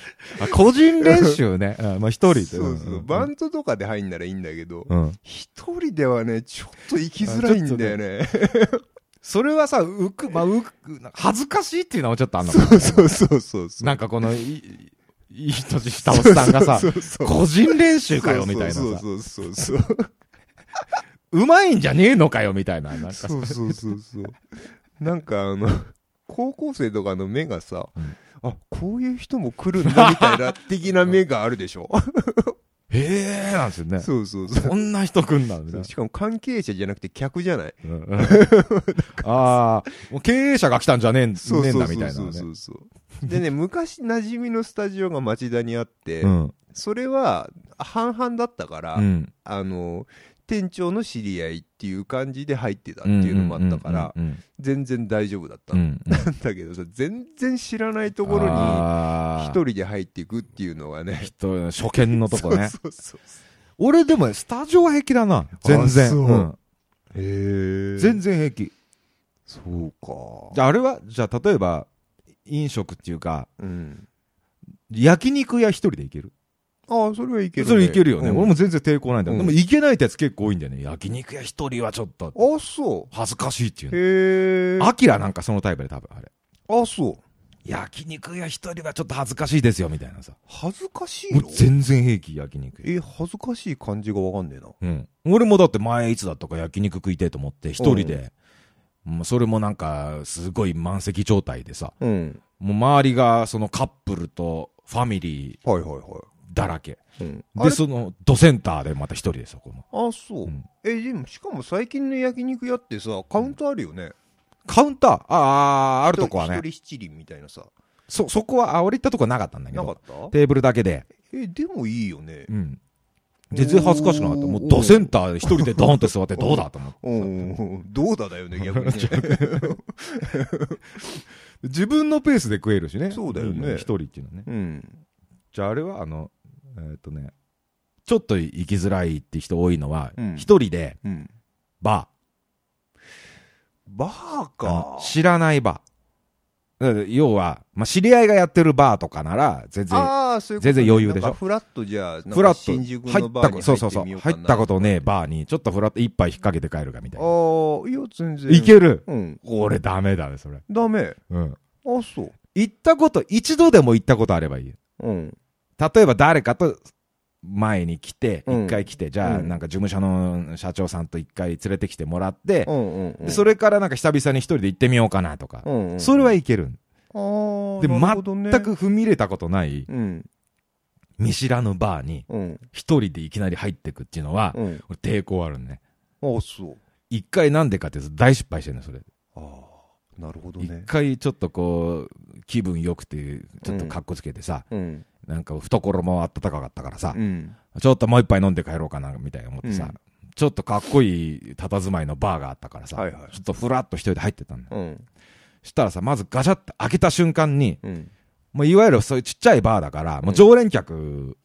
Speaker 1: あ個人練習ねうんまあ一人で
Speaker 2: そうそうバンドとかで入んならいいんだけど、
Speaker 1: うん
Speaker 2: 一人ではねちょっと行きづらいんだよね
Speaker 1: それはさ、うく、まあ、うく、恥ずかしいっていうのはちょっとあんのかな
Speaker 2: そう そうそうそうそう
Speaker 1: なんかこの、いい、いい年したおっさんがさ
Speaker 2: そ、うそうそう
Speaker 1: 個人練習かよみたいなさ、
Speaker 2: そうそうそうそうそう
Speaker 1: うまいんじゃねえのかよみたいな、なんかさ
Speaker 2: そうそうそうそうなんかあの高校生とかの目がさ、
Speaker 1: うん
Speaker 2: あこういう人も来るんだみたいな的な目があるで しょ
Speaker 1: へえーなんですよね。
Speaker 2: そうそうそう
Speaker 1: こんな人来んな、みたいな
Speaker 2: しかも関係者じゃなくて客じゃない
Speaker 1: うんうん。ああ、もう経営者が来たんじゃねえんね
Speaker 2: そう
Speaker 1: えん
Speaker 2: そ
Speaker 1: だ、
Speaker 2: う
Speaker 1: み
Speaker 2: そ
Speaker 1: た
Speaker 2: う
Speaker 1: いな
Speaker 2: そう
Speaker 1: ね
Speaker 2: そ。うそうでね昔馴染みのスタジオが町田にあって、
Speaker 1: うん。
Speaker 2: それは半々だったから、
Speaker 1: うん。
Speaker 2: あの店長の知り合いっていう感じで入ってたっていうのもあったから
Speaker 1: うん、うん
Speaker 2: 全然大丈夫だった
Speaker 1: うんん。うん
Speaker 2: だけどさ全然知らないところに
Speaker 1: あ
Speaker 2: 一
Speaker 1: ー
Speaker 2: 人で入っていくっていうのがね
Speaker 1: 人、初見のとこね。
Speaker 2: そうそうそう
Speaker 1: 俺でも、スタジオは平気だな。全
Speaker 2: あ
Speaker 1: 然。
Speaker 2: そう
Speaker 1: うん
Speaker 2: へえ
Speaker 1: 全然平気。
Speaker 2: そうか
Speaker 1: じゃあ、あれは、じゃあ、例えば、飲食っていうか、
Speaker 2: うん
Speaker 1: 焼肉屋一人で行ける。
Speaker 2: ああそれはいけるね
Speaker 1: それ行けるよね。
Speaker 2: うん
Speaker 1: 俺も全然抵抗ないんだけ
Speaker 2: う
Speaker 1: ど、
Speaker 2: ん
Speaker 1: でも行けないってやつ結構多いんだよね。焼肉屋一人はちょっと、
Speaker 2: あそ
Speaker 1: 恥ずかしいっていう
Speaker 2: う
Speaker 1: の。
Speaker 2: へえ
Speaker 1: アキラなんかそのタイプで多分、あれ。
Speaker 2: あそう
Speaker 1: 焼肉屋一人はちょっと恥ずかしいですよ、みたいなさ。
Speaker 2: 恥ずかしい
Speaker 1: も
Speaker 2: の
Speaker 1: う全然平気、焼肉屋。
Speaker 2: え恥ずかしい感じがわかんねえな
Speaker 1: うん。俺もだって前いつだとか焼肉食いてえと思って、一人で、うんそれもなんか、すごい満席状態でさ、
Speaker 2: うん
Speaker 1: もう周りがそのカップルとファミリ
Speaker 2: はいはいは
Speaker 1: ーだらけ。
Speaker 2: い、うん、
Speaker 1: で、
Speaker 2: あれ
Speaker 1: その、ドセンターでまた一人でそこも。
Speaker 2: あそう、
Speaker 1: うん
Speaker 2: えでもしかも最近の焼肉屋ってさカウンターあるよね、
Speaker 1: カウンターああー、あ
Speaker 2: あ
Speaker 1: るとこはね。
Speaker 2: 一人七輪みたいなさ
Speaker 1: そ、そこは、あ、俺行ったとこはなかったんだけ
Speaker 2: なかっ
Speaker 1: ど。
Speaker 2: た
Speaker 1: テーブルだけで。
Speaker 2: えでもいいよね
Speaker 1: うん。全然恥ずかしくなかった。も
Speaker 2: お
Speaker 1: う
Speaker 2: ー
Speaker 1: ドセンターで一人でドーンって座ってどうだと思 って。
Speaker 2: うんどうだだよ ね逆にね
Speaker 1: 自分のペースで食えるしね。
Speaker 2: そうだよ
Speaker 1: ん
Speaker 2: ね
Speaker 1: 一人っていうのはね。
Speaker 2: うん
Speaker 1: じゃああれは、あの、えーっとね、ちょっと行きづらいって人多いのは
Speaker 2: うん、
Speaker 1: 一人で
Speaker 2: うん
Speaker 1: バ
Speaker 2: バー
Speaker 1: ー。あ
Speaker 2: か
Speaker 1: の知らないバー。だから要は、まあ、知り合いがやってるバーとかなら、全然、
Speaker 2: ああそういうことね
Speaker 1: 全然余裕でしょ
Speaker 2: なんかフラットじゃあ
Speaker 1: フラッ
Speaker 2: 新
Speaker 1: と
Speaker 2: 宿
Speaker 1: 入
Speaker 2: の
Speaker 1: っ
Speaker 2: バ
Speaker 1: た
Speaker 2: ー
Speaker 1: こ
Speaker 2: に
Speaker 1: と、そうそうそう、
Speaker 2: てみよ
Speaker 1: 入
Speaker 2: か
Speaker 1: っ
Speaker 2: な
Speaker 1: たことねえバーに、ちょっとフラッと一杯引っ掛けて帰るかみたいな。
Speaker 2: ああいや全然
Speaker 1: いける
Speaker 2: うん
Speaker 1: 俺ダメだね、それ。
Speaker 2: ダメ
Speaker 1: うん。
Speaker 2: あそう
Speaker 1: 行ったこと、一度でも行ったことあればいい。
Speaker 2: うん
Speaker 1: 例えば誰かと前に来て、
Speaker 2: うん
Speaker 1: 一回来て、じゃあ
Speaker 2: うん
Speaker 1: なんか事務所の社長さんと一回連れてきてもらって、
Speaker 2: うんうんうん
Speaker 1: でそれからなんか久々に一人で行ってみようかなとか。
Speaker 2: うんうん
Speaker 1: それはいける。
Speaker 2: あー
Speaker 1: で、
Speaker 2: なるほどね
Speaker 1: 全く踏み入れたことない
Speaker 2: うん
Speaker 1: 見知らぬバーに
Speaker 2: うん
Speaker 1: 一人でいきなり入ってくっていうのは、
Speaker 2: うん
Speaker 1: 俺抵抗あるね。
Speaker 2: ああそう
Speaker 1: 一回なんでかって大失敗してるの、それ。
Speaker 2: ああなるほど
Speaker 1: 一
Speaker 2: ね
Speaker 1: 回ちょっとこう、気分良くて、ちょっとかっこつけてさ、
Speaker 2: うん
Speaker 1: なんか懐も温かかったからさ
Speaker 2: う、ん
Speaker 1: ちょっともう一杯飲んで帰ろうかな、みたいな思ってさ、
Speaker 2: うん
Speaker 1: ちょっとかっこいい佇まいのバーがあったからさ、
Speaker 2: はいはい
Speaker 1: ちょっとふらっと一人で入ってったんだよ。
Speaker 2: うん
Speaker 1: したらさ、まずガチャって開けた瞬間に、
Speaker 2: うん
Speaker 1: もういわゆるそういうちっちゃいバーだから、もう常連客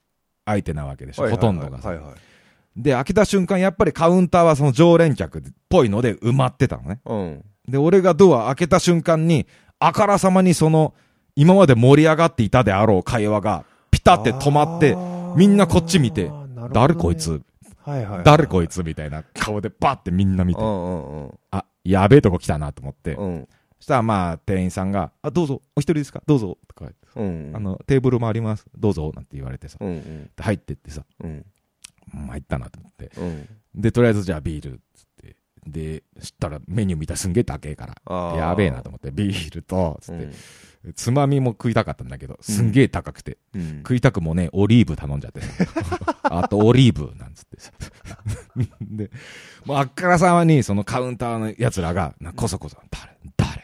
Speaker 1: 相手なわけでしょ、
Speaker 2: はいはいはい
Speaker 1: ほとんどがさ、
Speaker 2: はいはい
Speaker 1: で、開けた瞬間、やっぱりカウンターはその常連客っぽいので埋まってたのね。
Speaker 2: うん
Speaker 1: で、俺がドア開けた瞬間に、あからさまにその、今まで盛り上がっていたであろう会話が、ピタって止まって、みんなこっち見て
Speaker 2: あーなるほどね
Speaker 1: 誰こいつ
Speaker 2: はいはいはい
Speaker 1: 誰こいつみたいな顔でバってみんな見て
Speaker 2: う、んうんうん
Speaker 1: あ、やべえとこ来たなと思って、
Speaker 2: うん
Speaker 1: そしたらまあ店員さんが、あ、どうぞ、お一人ですかどうぞ、とか言って、
Speaker 2: うん
Speaker 1: あの、テーブルもあります、どうぞ、なんて言われてさ、
Speaker 2: うんうん
Speaker 1: 入ってってさ、
Speaker 2: うん
Speaker 1: うん入ったなと思って。
Speaker 2: うん
Speaker 1: で、とりあえずじゃあビール、つって。で、そしたらメニュー見たらすんげえ高えから、
Speaker 2: あー
Speaker 1: やべえなと思って、ビールと、つって、
Speaker 2: う
Speaker 1: つまみも食いたかったんだけど、すんげえ高くて、
Speaker 2: んうん
Speaker 1: 食いたくもね、オリーブ頼んじゃってさ。あとオリーブなんつって。 で、もうあっからさまにそのカウンターの奴らが、なこそこそ、誰、誰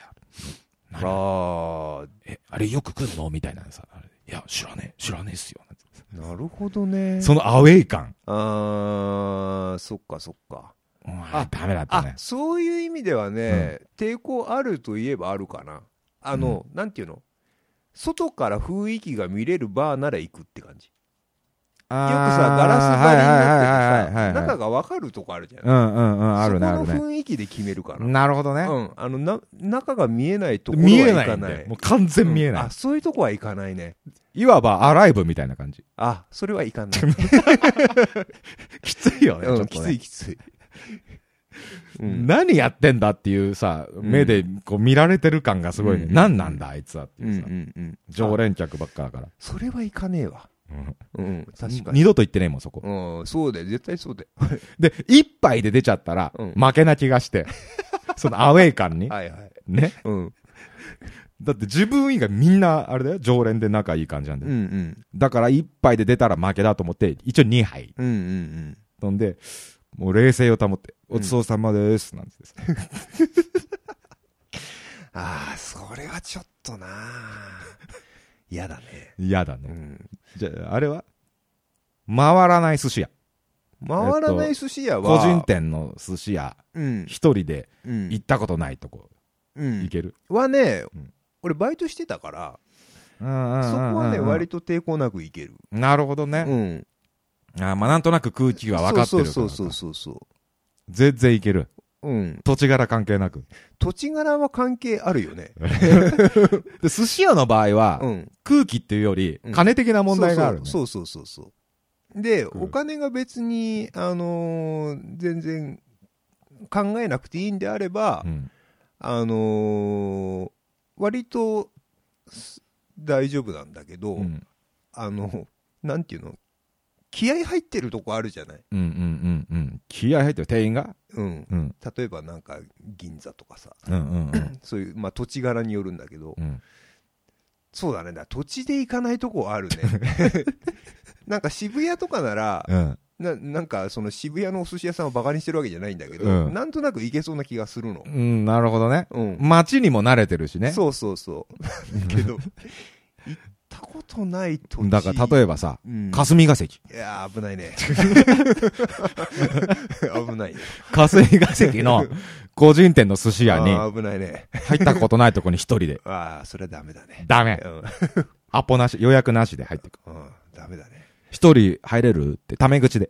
Speaker 2: あー
Speaker 1: え、あれよく来んのみたいなさ、あれいや、知らねえ、知らねえっすよ。なんつって
Speaker 2: なるほどね
Speaker 1: そのアウェイ感。
Speaker 2: あーそっかそっか
Speaker 1: うん
Speaker 2: あ
Speaker 1: ダメだった
Speaker 2: あ
Speaker 1: ね。
Speaker 2: そういう意味ではね、抵抗あるといえばあるかなあの、なんていうの外から雰囲気が見れるバーなら行くって感じよくさガラス張りになっててさ中が分かるとこあるじゃない、
Speaker 1: うんうんうん、あるね、ある
Speaker 2: そこ
Speaker 1: ね。
Speaker 2: の雰囲気で決めるから、
Speaker 1: なるほどね。
Speaker 2: うん、あのな中が見えないところは
Speaker 1: 見え
Speaker 2: 行
Speaker 1: ない
Speaker 2: か
Speaker 1: ん
Speaker 2: ない
Speaker 1: だよ。もう完全見え
Speaker 2: う
Speaker 1: なんい
Speaker 2: あ。そういうとこは行かないね
Speaker 1: いわばアライブみたいな感じ。
Speaker 2: あそれは行 かない、うん
Speaker 1: きついよね、ちょっとね
Speaker 2: きついきつ い、うん
Speaker 1: 何やってんだっていうさ、
Speaker 2: ん
Speaker 1: 目でこう見られてる感がすごいね。
Speaker 2: うん
Speaker 1: 何なんだあいつはって
Speaker 2: う
Speaker 1: い
Speaker 2: ん
Speaker 1: ううさ。
Speaker 2: んうん、
Speaker 1: 常連客ばっかだから。
Speaker 2: それは行かねえわうん確かに
Speaker 1: 二度と行ってねえもん、そこ。
Speaker 2: うん、そうだよ、絶対そうだよ。
Speaker 1: で、一杯で出ちゃったら、
Speaker 2: うん
Speaker 1: 負けな気がして。 そのアウェイ感に。
Speaker 2: はいはい。
Speaker 1: ね。
Speaker 2: うん。
Speaker 1: だって自分以外みんな、あれだよ、常連で仲いい感じなん
Speaker 2: う
Speaker 1: だ
Speaker 2: んう
Speaker 1: よ。
Speaker 2: ん。
Speaker 1: だから一杯で出たら負けだと思って、一応二杯
Speaker 2: うんうん
Speaker 1: 飲んで、もう冷静を保って、
Speaker 2: うん
Speaker 1: おちそうさまです、なんつってさ。
Speaker 2: ああ、それはちょっとな嫌だね。
Speaker 1: 嫌だ
Speaker 2: う
Speaker 1: ね。
Speaker 2: ん。
Speaker 1: じゃあ、あれは回らない寿司屋。
Speaker 2: 回らない寿司屋
Speaker 1: 個
Speaker 2: は、
Speaker 1: 人店の寿司屋、
Speaker 2: うん。
Speaker 1: 一人で
Speaker 2: うん
Speaker 1: 行。ったことないとこ、
Speaker 2: うん
Speaker 1: 行。ける。
Speaker 2: はね
Speaker 1: うん、
Speaker 2: 俺バイトしてたから、
Speaker 1: そこは
Speaker 2: そこはね、割と抵抗なくいける。
Speaker 1: なるほど
Speaker 2: う
Speaker 1: ね。
Speaker 2: ん。
Speaker 1: あーまあ、なんとなく空気は分かってるから。
Speaker 2: そうそうそうそうそ
Speaker 1: 全然いける。
Speaker 2: う。うん。
Speaker 1: 土地柄関係なく。
Speaker 2: 土地柄は関係あるよね。
Speaker 1: で、寿司屋の場合は、
Speaker 2: うん。
Speaker 1: 空気っていうより
Speaker 2: う、ん
Speaker 1: 金的な問題があるね。
Speaker 2: そうそうそうそうそうで、
Speaker 1: うん
Speaker 2: お金が別に、あのー全然考えなくていいんであれば、
Speaker 1: うん
Speaker 2: あのー割とす大丈夫なんだけど、
Speaker 1: うんうん
Speaker 2: あのなんていうの気合入ってるとこあるじゃない、
Speaker 1: うんうんうん。気合入ってる店員が
Speaker 2: うん、
Speaker 1: うん。
Speaker 2: 例えばなんか銀座とかさ
Speaker 1: うんうんうん
Speaker 2: そういう、まあ、土地柄によるんだけど、
Speaker 1: うん。
Speaker 2: そうだねだから土地で行かないとこあるね なんか渋谷とかなら、
Speaker 1: うん。
Speaker 2: ななんかその渋谷のお寿司屋さんをバカにしてるわけじゃないんだけど、
Speaker 1: うん
Speaker 2: なんとなくいけそうな気がするの
Speaker 1: う、ん、なるほどね。
Speaker 2: うん
Speaker 1: 街にも慣れてるしね。
Speaker 2: そうそうそ うけど行ったことない土地
Speaker 1: だから、例
Speaker 2: え
Speaker 1: えばさ、
Speaker 2: ば、うん、
Speaker 1: 霞が関。
Speaker 2: いやー 危ないね危ないね
Speaker 1: 霞が関の 個人店の寿司屋に
Speaker 2: あー危ないね
Speaker 1: 入ったことないとこに一人で。
Speaker 2: ああそれはダメだね
Speaker 1: ダメ。
Speaker 2: うん、
Speaker 1: アポなし、予約なしで入ってく。
Speaker 2: うん、ダメだね
Speaker 1: 一人入れるって、タメ口で。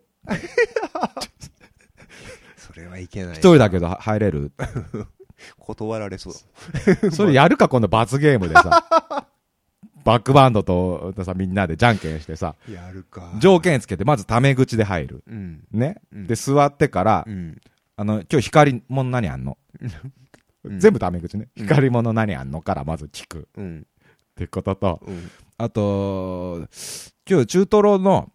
Speaker 2: それはいけない
Speaker 1: 一人だけどは入れる
Speaker 2: 断られそ う
Speaker 1: それやるか、今度罰ゲームでさ。 バックバンドとさ、みんなでじゃんけんしてさ、
Speaker 2: だやるか
Speaker 1: 条件つけて、まずタメ口で入る。
Speaker 2: うん
Speaker 1: ね。
Speaker 2: うん
Speaker 1: で、座ってから
Speaker 2: う、ん
Speaker 1: あの、今日光物何あんの
Speaker 2: うん
Speaker 1: 全部タメ口ね。
Speaker 2: うん
Speaker 1: 光物何あんのからまず聞く。
Speaker 2: うん
Speaker 1: ってことと、
Speaker 2: うん
Speaker 1: あと、今日中トロの、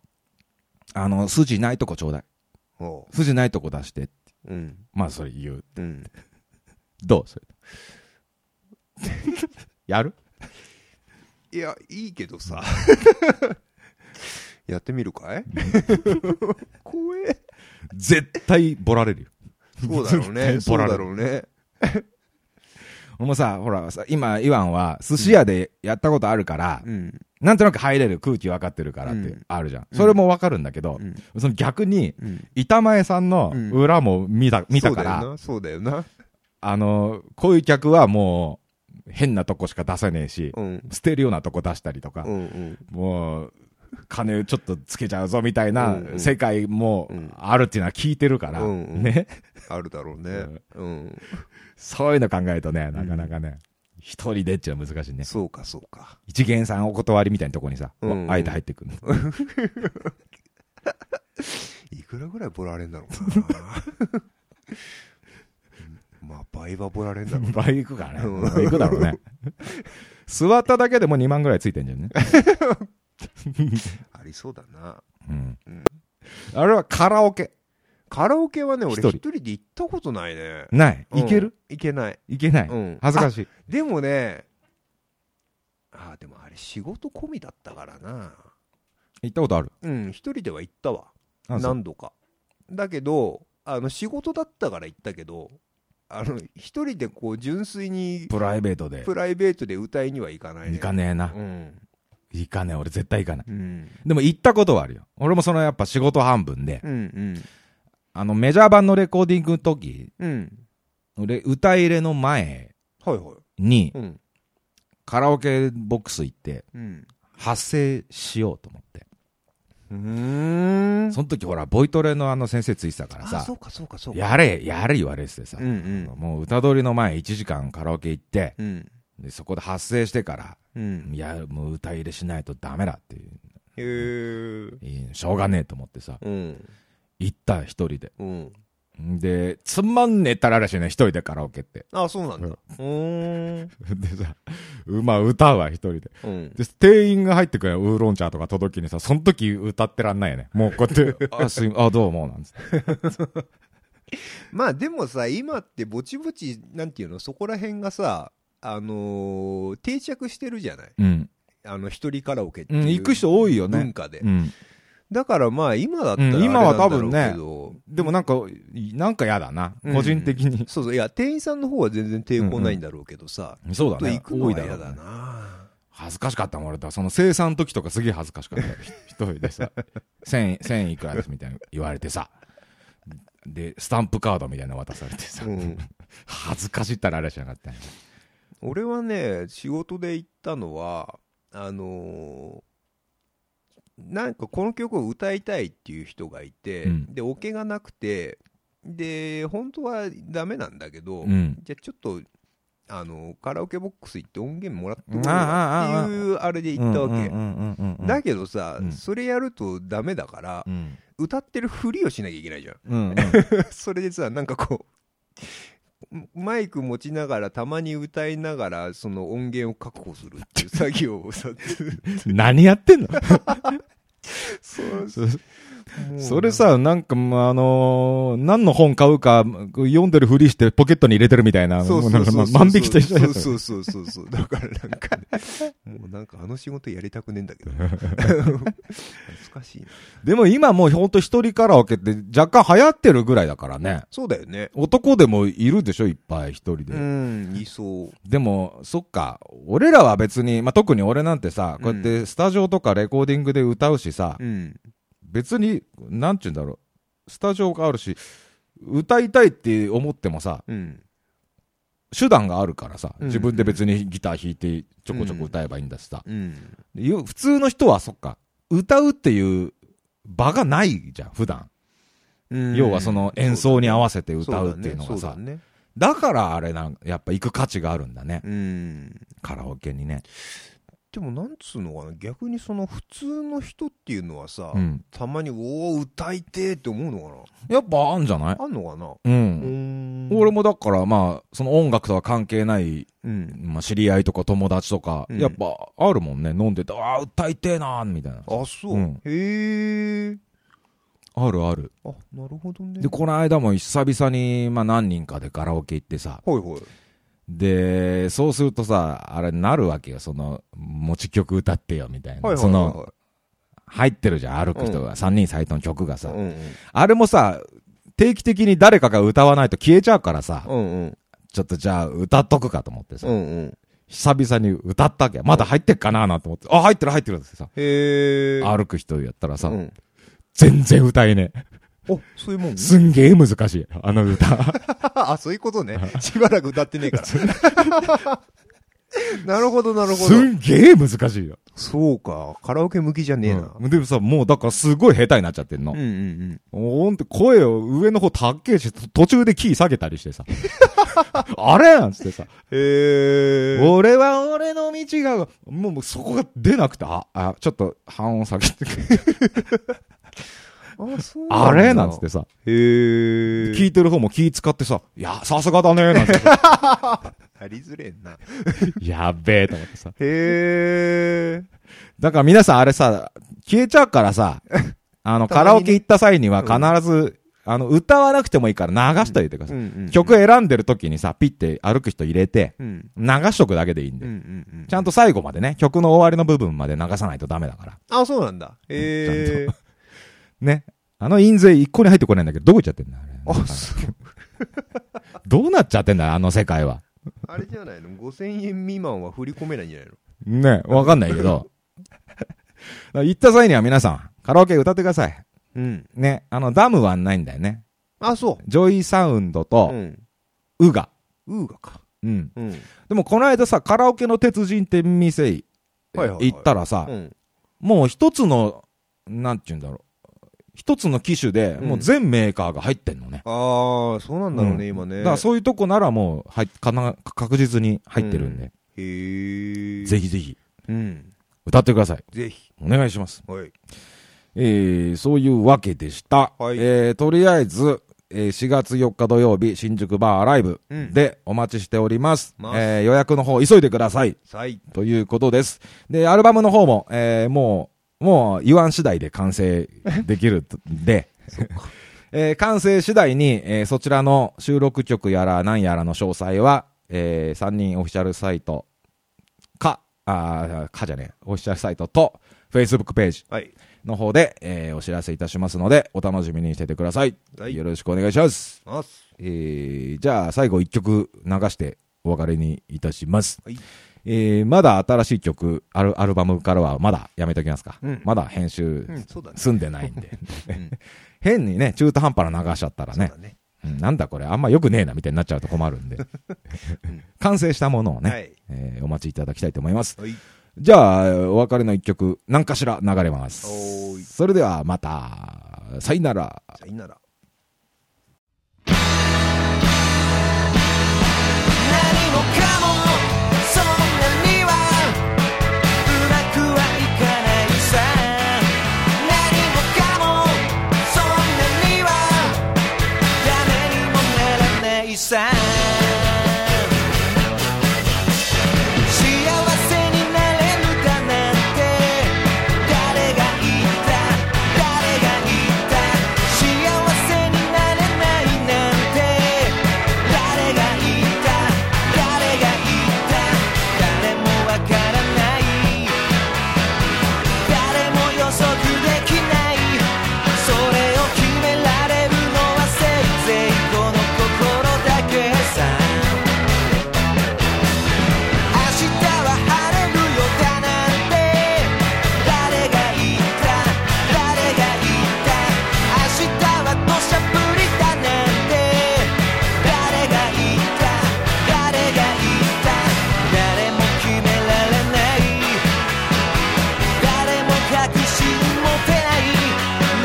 Speaker 1: あの、筋ないとこちょうだい。
Speaker 2: おう
Speaker 1: 筋ないとこ出して。
Speaker 2: うん
Speaker 1: まあ、それ言う。
Speaker 2: うん
Speaker 1: どうそれ。やる
Speaker 2: いや、いいけど さ。やってみるかい怖え。
Speaker 1: 絶対ボラれるよ。
Speaker 2: そうだろ うね。
Speaker 1: 絶対
Speaker 2: そ
Speaker 1: ボ
Speaker 2: う
Speaker 1: ラれ
Speaker 2: だ
Speaker 1: る
Speaker 2: ろうね。
Speaker 1: 俺もさ、ほらさ、今、イワンは、寿司屋でやったことあるから、
Speaker 2: うん。
Speaker 1: なんとなく入れる空気分かってるからって
Speaker 2: うん
Speaker 1: あるじゃん。
Speaker 2: うん
Speaker 1: それも分かるんだけど、
Speaker 2: うん
Speaker 1: その逆に、
Speaker 2: うん
Speaker 1: 板前さんの裏も見た、見たから、
Speaker 2: そうだよな。
Speaker 1: あの、こういう客はもう、変なとこしか出せねえし、
Speaker 2: そうだよな。
Speaker 1: 捨てるようなとこ出したりとか
Speaker 2: う、ん。うん
Speaker 1: もう、金ちょっとつけちゃうぞみたいな
Speaker 2: うんうん
Speaker 1: 世界も
Speaker 2: うん
Speaker 1: あるっていうのは聞いてるから、
Speaker 2: うんうん
Speaker 1: ね。
Speaker 2: あるだろうね。うん。
Speaker 1: そういうの考えるとね、なかなかね、一、人でっていうのは難しいね。
Speaker 2: そうか、そうか。
Speaker 1: 一元さんお断りみたいなとこにさ、
Speaker 2: うんうん
Speaker 1: あえて入ってくる。
Speaker 2: いくらぐらいボラれんだろう な。まあ、倍はボラれんだ ろう
Speaker 1: 倍いくからね。
Speaker 2: うん
Speaker 1: 倍いくだろう ね。座っただけでもう2万ぐらいついてんじゃんね。
Speaker 2: ありそうだな。
Speaker 1: うん
Speaker 2: うん。
Speaker 1: あれはカラオケ。
Speaker 2: カラオケはね、俺
Speaker 1: 一人
Speaker 2: 一人で行ったことないね。
Speaker 1: ない。
Speaker 2: うん
Speaker 1: いける
Speaker 2: いけない。
Speaker 1: いけない。
Speaker 2: うん
Speaker 1: 恥ずかしい。
Speaker 2: でもね、ああ、でもあれ仕事込みだったからな。
Speaker 1: 行ったことある
Speaker 2: うん一人では行ったわ
Speaker 1: あそう
Speaker 2: 何度かだけどあの仕事だったから行ったけどあの一人でこう純粋に
Speaker 1: プライベートで
Speaker 2: プライベートで歌いには行かないね
Speaker 1: 行かねえな
Speaker 2: うん
Speaker 1: 行かねえ俺絶対行かない
Speaker 2: うん
Speaker 1: でも行ったことはあるよ俺もそのやっぱ仕事半分で
Speaker 2: うん
Speaker 1: あのメジャー版のレコーディングの時
Speaker 2: うんうん
Speaker 1: 俺歌入れの前
Speaker 2: はいはい
Speaker 1: に
Speaker 2: うん
Speaker 1: カラオケボックス行って
Speaker 2: うん
Speaker 1: 発声しようと思って
Speaker 2: うーん
Speaker 1: その時ほらボイトレのあの先生ついてたから
Speaker 2: あ
Speaker 1: さ
Speaker 2: そうかそうかそうか
Speaker 1: やれやれ言われててさ
Speaker 2: うんうん
Speaker 1: もう歌通りの前1時間カラオケ行って
Speaker 2: うん
Speaker 1: でそこで発声してから
Speaker 2: うん
Speaker 1: いやもう歌入れしないとダメだっていう
Speaker 2: へえ
Speaker 1: いいしょうがねえと思ってさ
Speaker 2: うん
Speaker 1: 行った一人で
Speaker 2: うん
Speaker 1: でつまんねえったららしいね一人でカラオケって
Speaker 2: あそうなんだ
Speaker 1: うん
Speaker 2: うーん
Speaker 1: でさ、うまあ歌うわ、一人で。
Speaker 2: うん
Speaker 1: で、店員が入ってくるウーロン茶とか届きにさ、その時歌ってらんないよね。もうこうやっ て、あ、すいあ、どうも、なんつって。
Speaker 2: まあでもさ今ってぼちぼちなんていうのそこら辺がさあのー定着してるじゃない
Speaker 1: うん。
Speaker 2: あの一人カラオケって
Speaker 1: う、
Speaker 2: いうん
Speaker 1: 行く人多いよ
Speaker 2: 文
Speaker 1: ね。
Speaker 2: 化で、
Speaker 1: うん。
Speaker 2: だからまあ今だったら
Speaker 1: うん
Speaker 2: あれ
Speaker 1: 今は多分ね
Speaker 2: なんだろうけど
Speaker 1: でもなんか、いなんか嫌だな。個人的に。
Speaker 2: そうそういや店員さんの方は全然抵抗ないんだろうけどさ、
Speaker 1: そう
Speaker 2: ちょ
Speaker 1: だ
Speaker 2: っと
Speaker 1: ね
Speaker 2: 行。くの
Speaker 1: 多
Speaker 2: はい
Speaker 1: だ
Speaker 2: 嫌
Speaker 1: ろう
Speaker 2: だ
Speaker 1: ね。
Speaker 2: な
Speaker 1: 恥ずかしかったもん、俺だ。その生産の時とかすげえ恥ずかしかった。ひ一人でさ、 千、千いくらですみたいな言われてさ。で、スタンプカードみたいなの渡されてさ
Speaker 2: う、ん、
Speaker 1: 恥ずかしいったらあれしなかったよね。
Speaker 2: 俺はね仕事で行ったのはあのーなんかこの曲を歌いたいっていう人がいて、
Speaker 1: うん
Speaker 2: でオケがなくてで本当はダメなんだけど、
Speaker 1: うん。
Speaker 2: じゃあちょっとあのカラオケボックス行って音源もらってこよう
Speaker 1: ああああ
Speaker 2: かっていうあれで行ったわけ、
Speaker 1: うんうんうんうんうん
Speaker 2: だけどさ、
Speaker 1: うん
Speaker 2: それやるとダメだから、
Speaker 1: うん
Speaker 2: 歌ってるふりをしなきゃいけないじゃん
Speaker 1: うんうん
Speaker 2: それでさなんかこう マイク持ちながらたまに歌いながらその音源を確保するっていう作業をさ
Speaker 1: 何やってんの
Speaker 2: そ う
Speaker 1: そ
Speaker 2: もう
Speaker 1: それさ、なんか、まああのー何の本買うか、読んでるふりしてポケットに入れてるみたいな、
Speaker 2: そう
Speaker 1: もう
Speaker 2: そ
Speaker 1: なん
Speaker 2: う
Speaker 1: か
Speaker 2: そう
Speaker 1: ま
Speaker 2: そう
Speaker 1: 万引きと一緒だよ。
Speaker 2: そうそうそうそうそうだからなんかもうなんかあの仕事やりたくねえんだけど懐かしいな
Speaker 1: でも今もうほんと一人カラオケって若干流行ってるぐらいだからね。
Speaker 2: そうだよね
Speaker 1: 男でもいるでしょ、いっぱい一人で。
Speaker 2: うんいそう
Speaker 1: でも、そっか、俺らは別に、まあ、特に俺なんてさ、こうやってスタジオとかレコーディングで歌うしさ、
Speaker 2: うん
Speaker 1: 別に、なんちゅうんだろう、スタジオがあるし、歌いたいって思ってもさ、
Speaker 2: うん
Speaker 1: 手段があるからさ、
Speaker 2: うん
Speaker 1: 自分で別にギター弾いてちょこちょこ歌えばいいんだしさ、
Speaker 2: うん
Speaker 1: ゆ普通の人はそっか、歌うっていう場がないじゃん、普段。要はその演奏に合わせて歌うっていうのがさ、だ
Speaker 2: そうだね
Speaker 1: からあれなん、やっぱ行く価値があるんだね、
Speaker 2: そうだねうん
Speaker 1: カラオケにね。
Speaker 2: でもなんつうのかな逆にその普通の人っていうのはさ、
Speaker 1: うん。
Speaker 2: たまに「おお歌いて」って思うの
Speaker 1: やっぱあんじゃない
Speaker 2: かなあんのかな
Speaker 1: う。
Speaker 2: うんん
Speaker 1: 俺もだからまあ、その音楽とは関係ない、
Speaker 2: うん
Speaker 1: まあ、知り合いとか友達とか、
Speaker 2: うん
Speaker 1: やっぱあるもんね、飲んでて、ああ、歌いてえなーみたいな。
Speaker 2: あそう、
Speaker 1: うん
Speaker 2: へえ
Speaker 1: あるある。
Speaker 2: あなるほどね
Speaker 1: で、この間も久々に、まあ何人かでカラオケ行ってさ、
Speaker 2: はいはい
Speaker 1: で、そうするとさ、あれなるわけよ、その、持ち曲歌ってよ、みたい
Speaker 2: はいはいはいは
Speaker 1: な。
Speaker 2: い
Speaker 1: その、入ってるじゃん、歩く人が、三人斎藤の曲がさ
Speaker 2: う。ん
Speaker 1: あれもさ、定期的に誰かが歌わないと消えちゃうからさ、
Speaker 2: うんうん
Speaker 1: ちょっとじゃあ歌っとくかと思って
Speaker 2: う
Speaker 1: さ、
Speaker 2: んうん
Speaker 1: 久々に歌ったわけよまだ入ってっかなーなんて思って、あ、入ってる入ってるってさ、
Speaker 2: へえ
Speaker 1: 歩く人やったらさ
Speaker 2: う、ん、
Speaker 1: 全然歌えねえ。
Speaker 2: おそういうもん
Speaker 1: すんげえ難しい、あの歌。
Speaker 2: あそういうことねしばらく歌ってねえから なるほどなるほ
Speaker 1: す
Speaker 2: ど
Speaker 1: んげえ難しいよ。
Speaker 2: そうかカラオケ向きじゃねえな、
Speaker 1: うんでもさ、もうだからすごい下手になっちゃってんの
Speaker 2: うん、。うんうん
Speaker 1: ほんと声を上の方高えし、と途中でキー下げたりして さ。あれなんつってさ、
Speaker 2: へえ
Speaker 1: 俺は俺の道が、もうもうそこが出なくて、あ、あ、ちょっと半音下げて、
Speaker 2: あ、そう
Speaker 1: あれなんつっ
Speaker 2: だ
Speaker 1: てさ、
Speaker 2: へえ
Speaker 1: 聞いてる方も気使ってさ、いや、さすがだね、なんつって さ、
Speaker 2: ありづれんな。
Speaker 1: やっべえと思ってさ。
Speaker 2: へえ。
Speaker 1: だから 皆さんあれさ、消えちゃうからさ、あの、カラオケ行った際には必ず、あの、歌わなくてもいいから流しといてください。
Speaker 2: うんうんうん
Speaker 1: 曲選んでる時にさ、ピッて歩く人入れて、
Speaker 2: うん
Speaker 1: 流しとくだけでいいん
Speaker 2: う
Speaker 1: で。
Speaker 2: んうんうん
Speaker 1: ちゃんと最後までね、曲の終わりの部分まで流さないとダメだから。
Speaker 2: あそうなんだええ
Speaker 1: ね。あの印税一個に入ってこないんだけど、どこ行っちゃってんだあれ
Speaker 2: あそう
Speaker 1: どうなっちゃってんだあの世界は。
Speaker 2: あれじゃないの5000円未満は振り込めないんじゃないの
Speaker 1: ね、わかんないけど。だから行った際には皆さん、カラオケ歌ってください。
Speaker 2: うん
Speaker 1: ね、あの、ダムはないんだよね。
Speaker 2: あそ
Speaker 1: ジョイサウンド
Speaker 2: うう
Speaker 1: と、
Speaker 2: ん
Speaker 1: ウガ。
Speaker 2: ウーガか
Speaker 1: うん。
Speaker 2: うん
Speaker 1: でもこの間さ、カラオケの鉄人って店
Speaker 2: はいはいはい
Speaker 1: 行ったらさ、
Speaker 2: うん
Speaker 1: もう一つの、なんて言うんだろう。一つの機種で、
Speaker 2: うん
Speaker 1: もう全メーカーが入ってんのね。
Speaker 2: ああそうなんだろう
Speaker 1: うん
Speaker 2: ね今ね
Speaker 1: だからそういうとこならもう入っかな、確実に入ってるんで、
Speaker 2: へえ
Speaker 1: ぜひぜひ
Speaker 2: うん
Speaker 1: 歌ってください。
Speaker 2: ぜひ
Speaker 1: お願いします。
Speaker 2: はい
Speaker 1: えー、そういうわけでした。
Speaker 2: はい
Speaker 1: えー、とりあえず、えー4月4日土曜日、新宿バーアライブ
Speaker 2: うん
Speaker 1: でお待ちしております。
Speaker 2: ます
Speaker 1: えー予約の方急いでください。
Speaker 2: さい
Speaker 1: ということです。で、アルバムの方も、えーもう、もう言わん次第で完成できるんで、 えー完成次第に、えーそちらの収録曲やら何やらの詳細は、え3人オフィシャルサイトか、あーかじゃねえ、オフィシャルサイトと、Facebook ページ
Speaker 2: はい
Speaker 1: の方で、えーお知らせいたしますので、お楽しみにしててください。
Speaker 2: はい
Speaker 1: よろしくお願いします。
Speaker 2: ます
Speaker 1: えーじゃあ最後1曲流してお別れにいたします。
Speaker 2: はい
Speaker 1: えーまだ新しい曲アル、アルバムからはまだやめときますか。
Speaker 2: うん
Speaker 1: まだ編集
Speaker 2: うんそうだね
Speaker 1: 済んでないんで。
Speaker 2: うん
Speaker 1: 変にね、中途半端な流しちゃったら
Speaker 2: そう
Speaker 1: ね
Speaker 2: だ、ね
Speaker 1: うんなんだこれ、あんま良くねえなみたいになっちゃうと困るんで。完成したものをね、
Speaker 2: はい
Speaker 1: えーお待ちいただきたいと思います。
Speaker 2: はい
Speaker 1: じゃあ、お別れの一曲、何かしら流れます
Speaker 2: おーい。
Speaker 1: それではまた、さよなら。
Speaker 2: さいなら
Speaker 3: 何もかもそんなにはうまくはいかないさ何もかもそんなには誰にもならないさ幸せになれるだなんて誰が言った誰が言った幸せになれないなんて誰が言った誰が言った誰もわからない誰も予測できないそれを決められるのはせいぜいこの心だけさ明日は晴れるよだなんて誰が言った誰が言った明日は土砂降りだなんて誰が言った誰が言った誰も決められない誰も確信持てない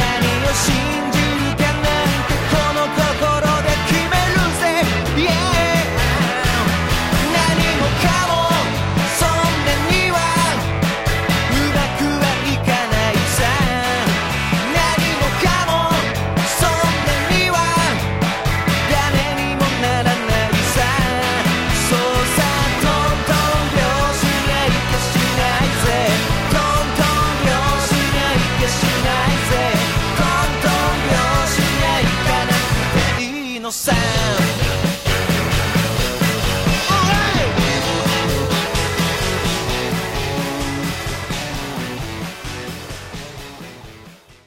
Speaker 3: 何を信じるかなんてこの心で決めるぜ Yeah 何もかもそんなにはうまくはいかないさ何もかもそんなには誰にもならないさそうさトントン拍子ないかしないぜトントン拍子ないかしないぜトントン拍子ないかなくていいのさ Alright!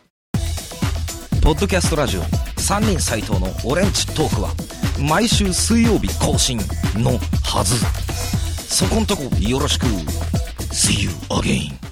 Speaker 4: 「ポッドキャストラジオ3人斎藤のオレンジトーク」は毎週水曜日更新のはずそこんとこよろしく See you again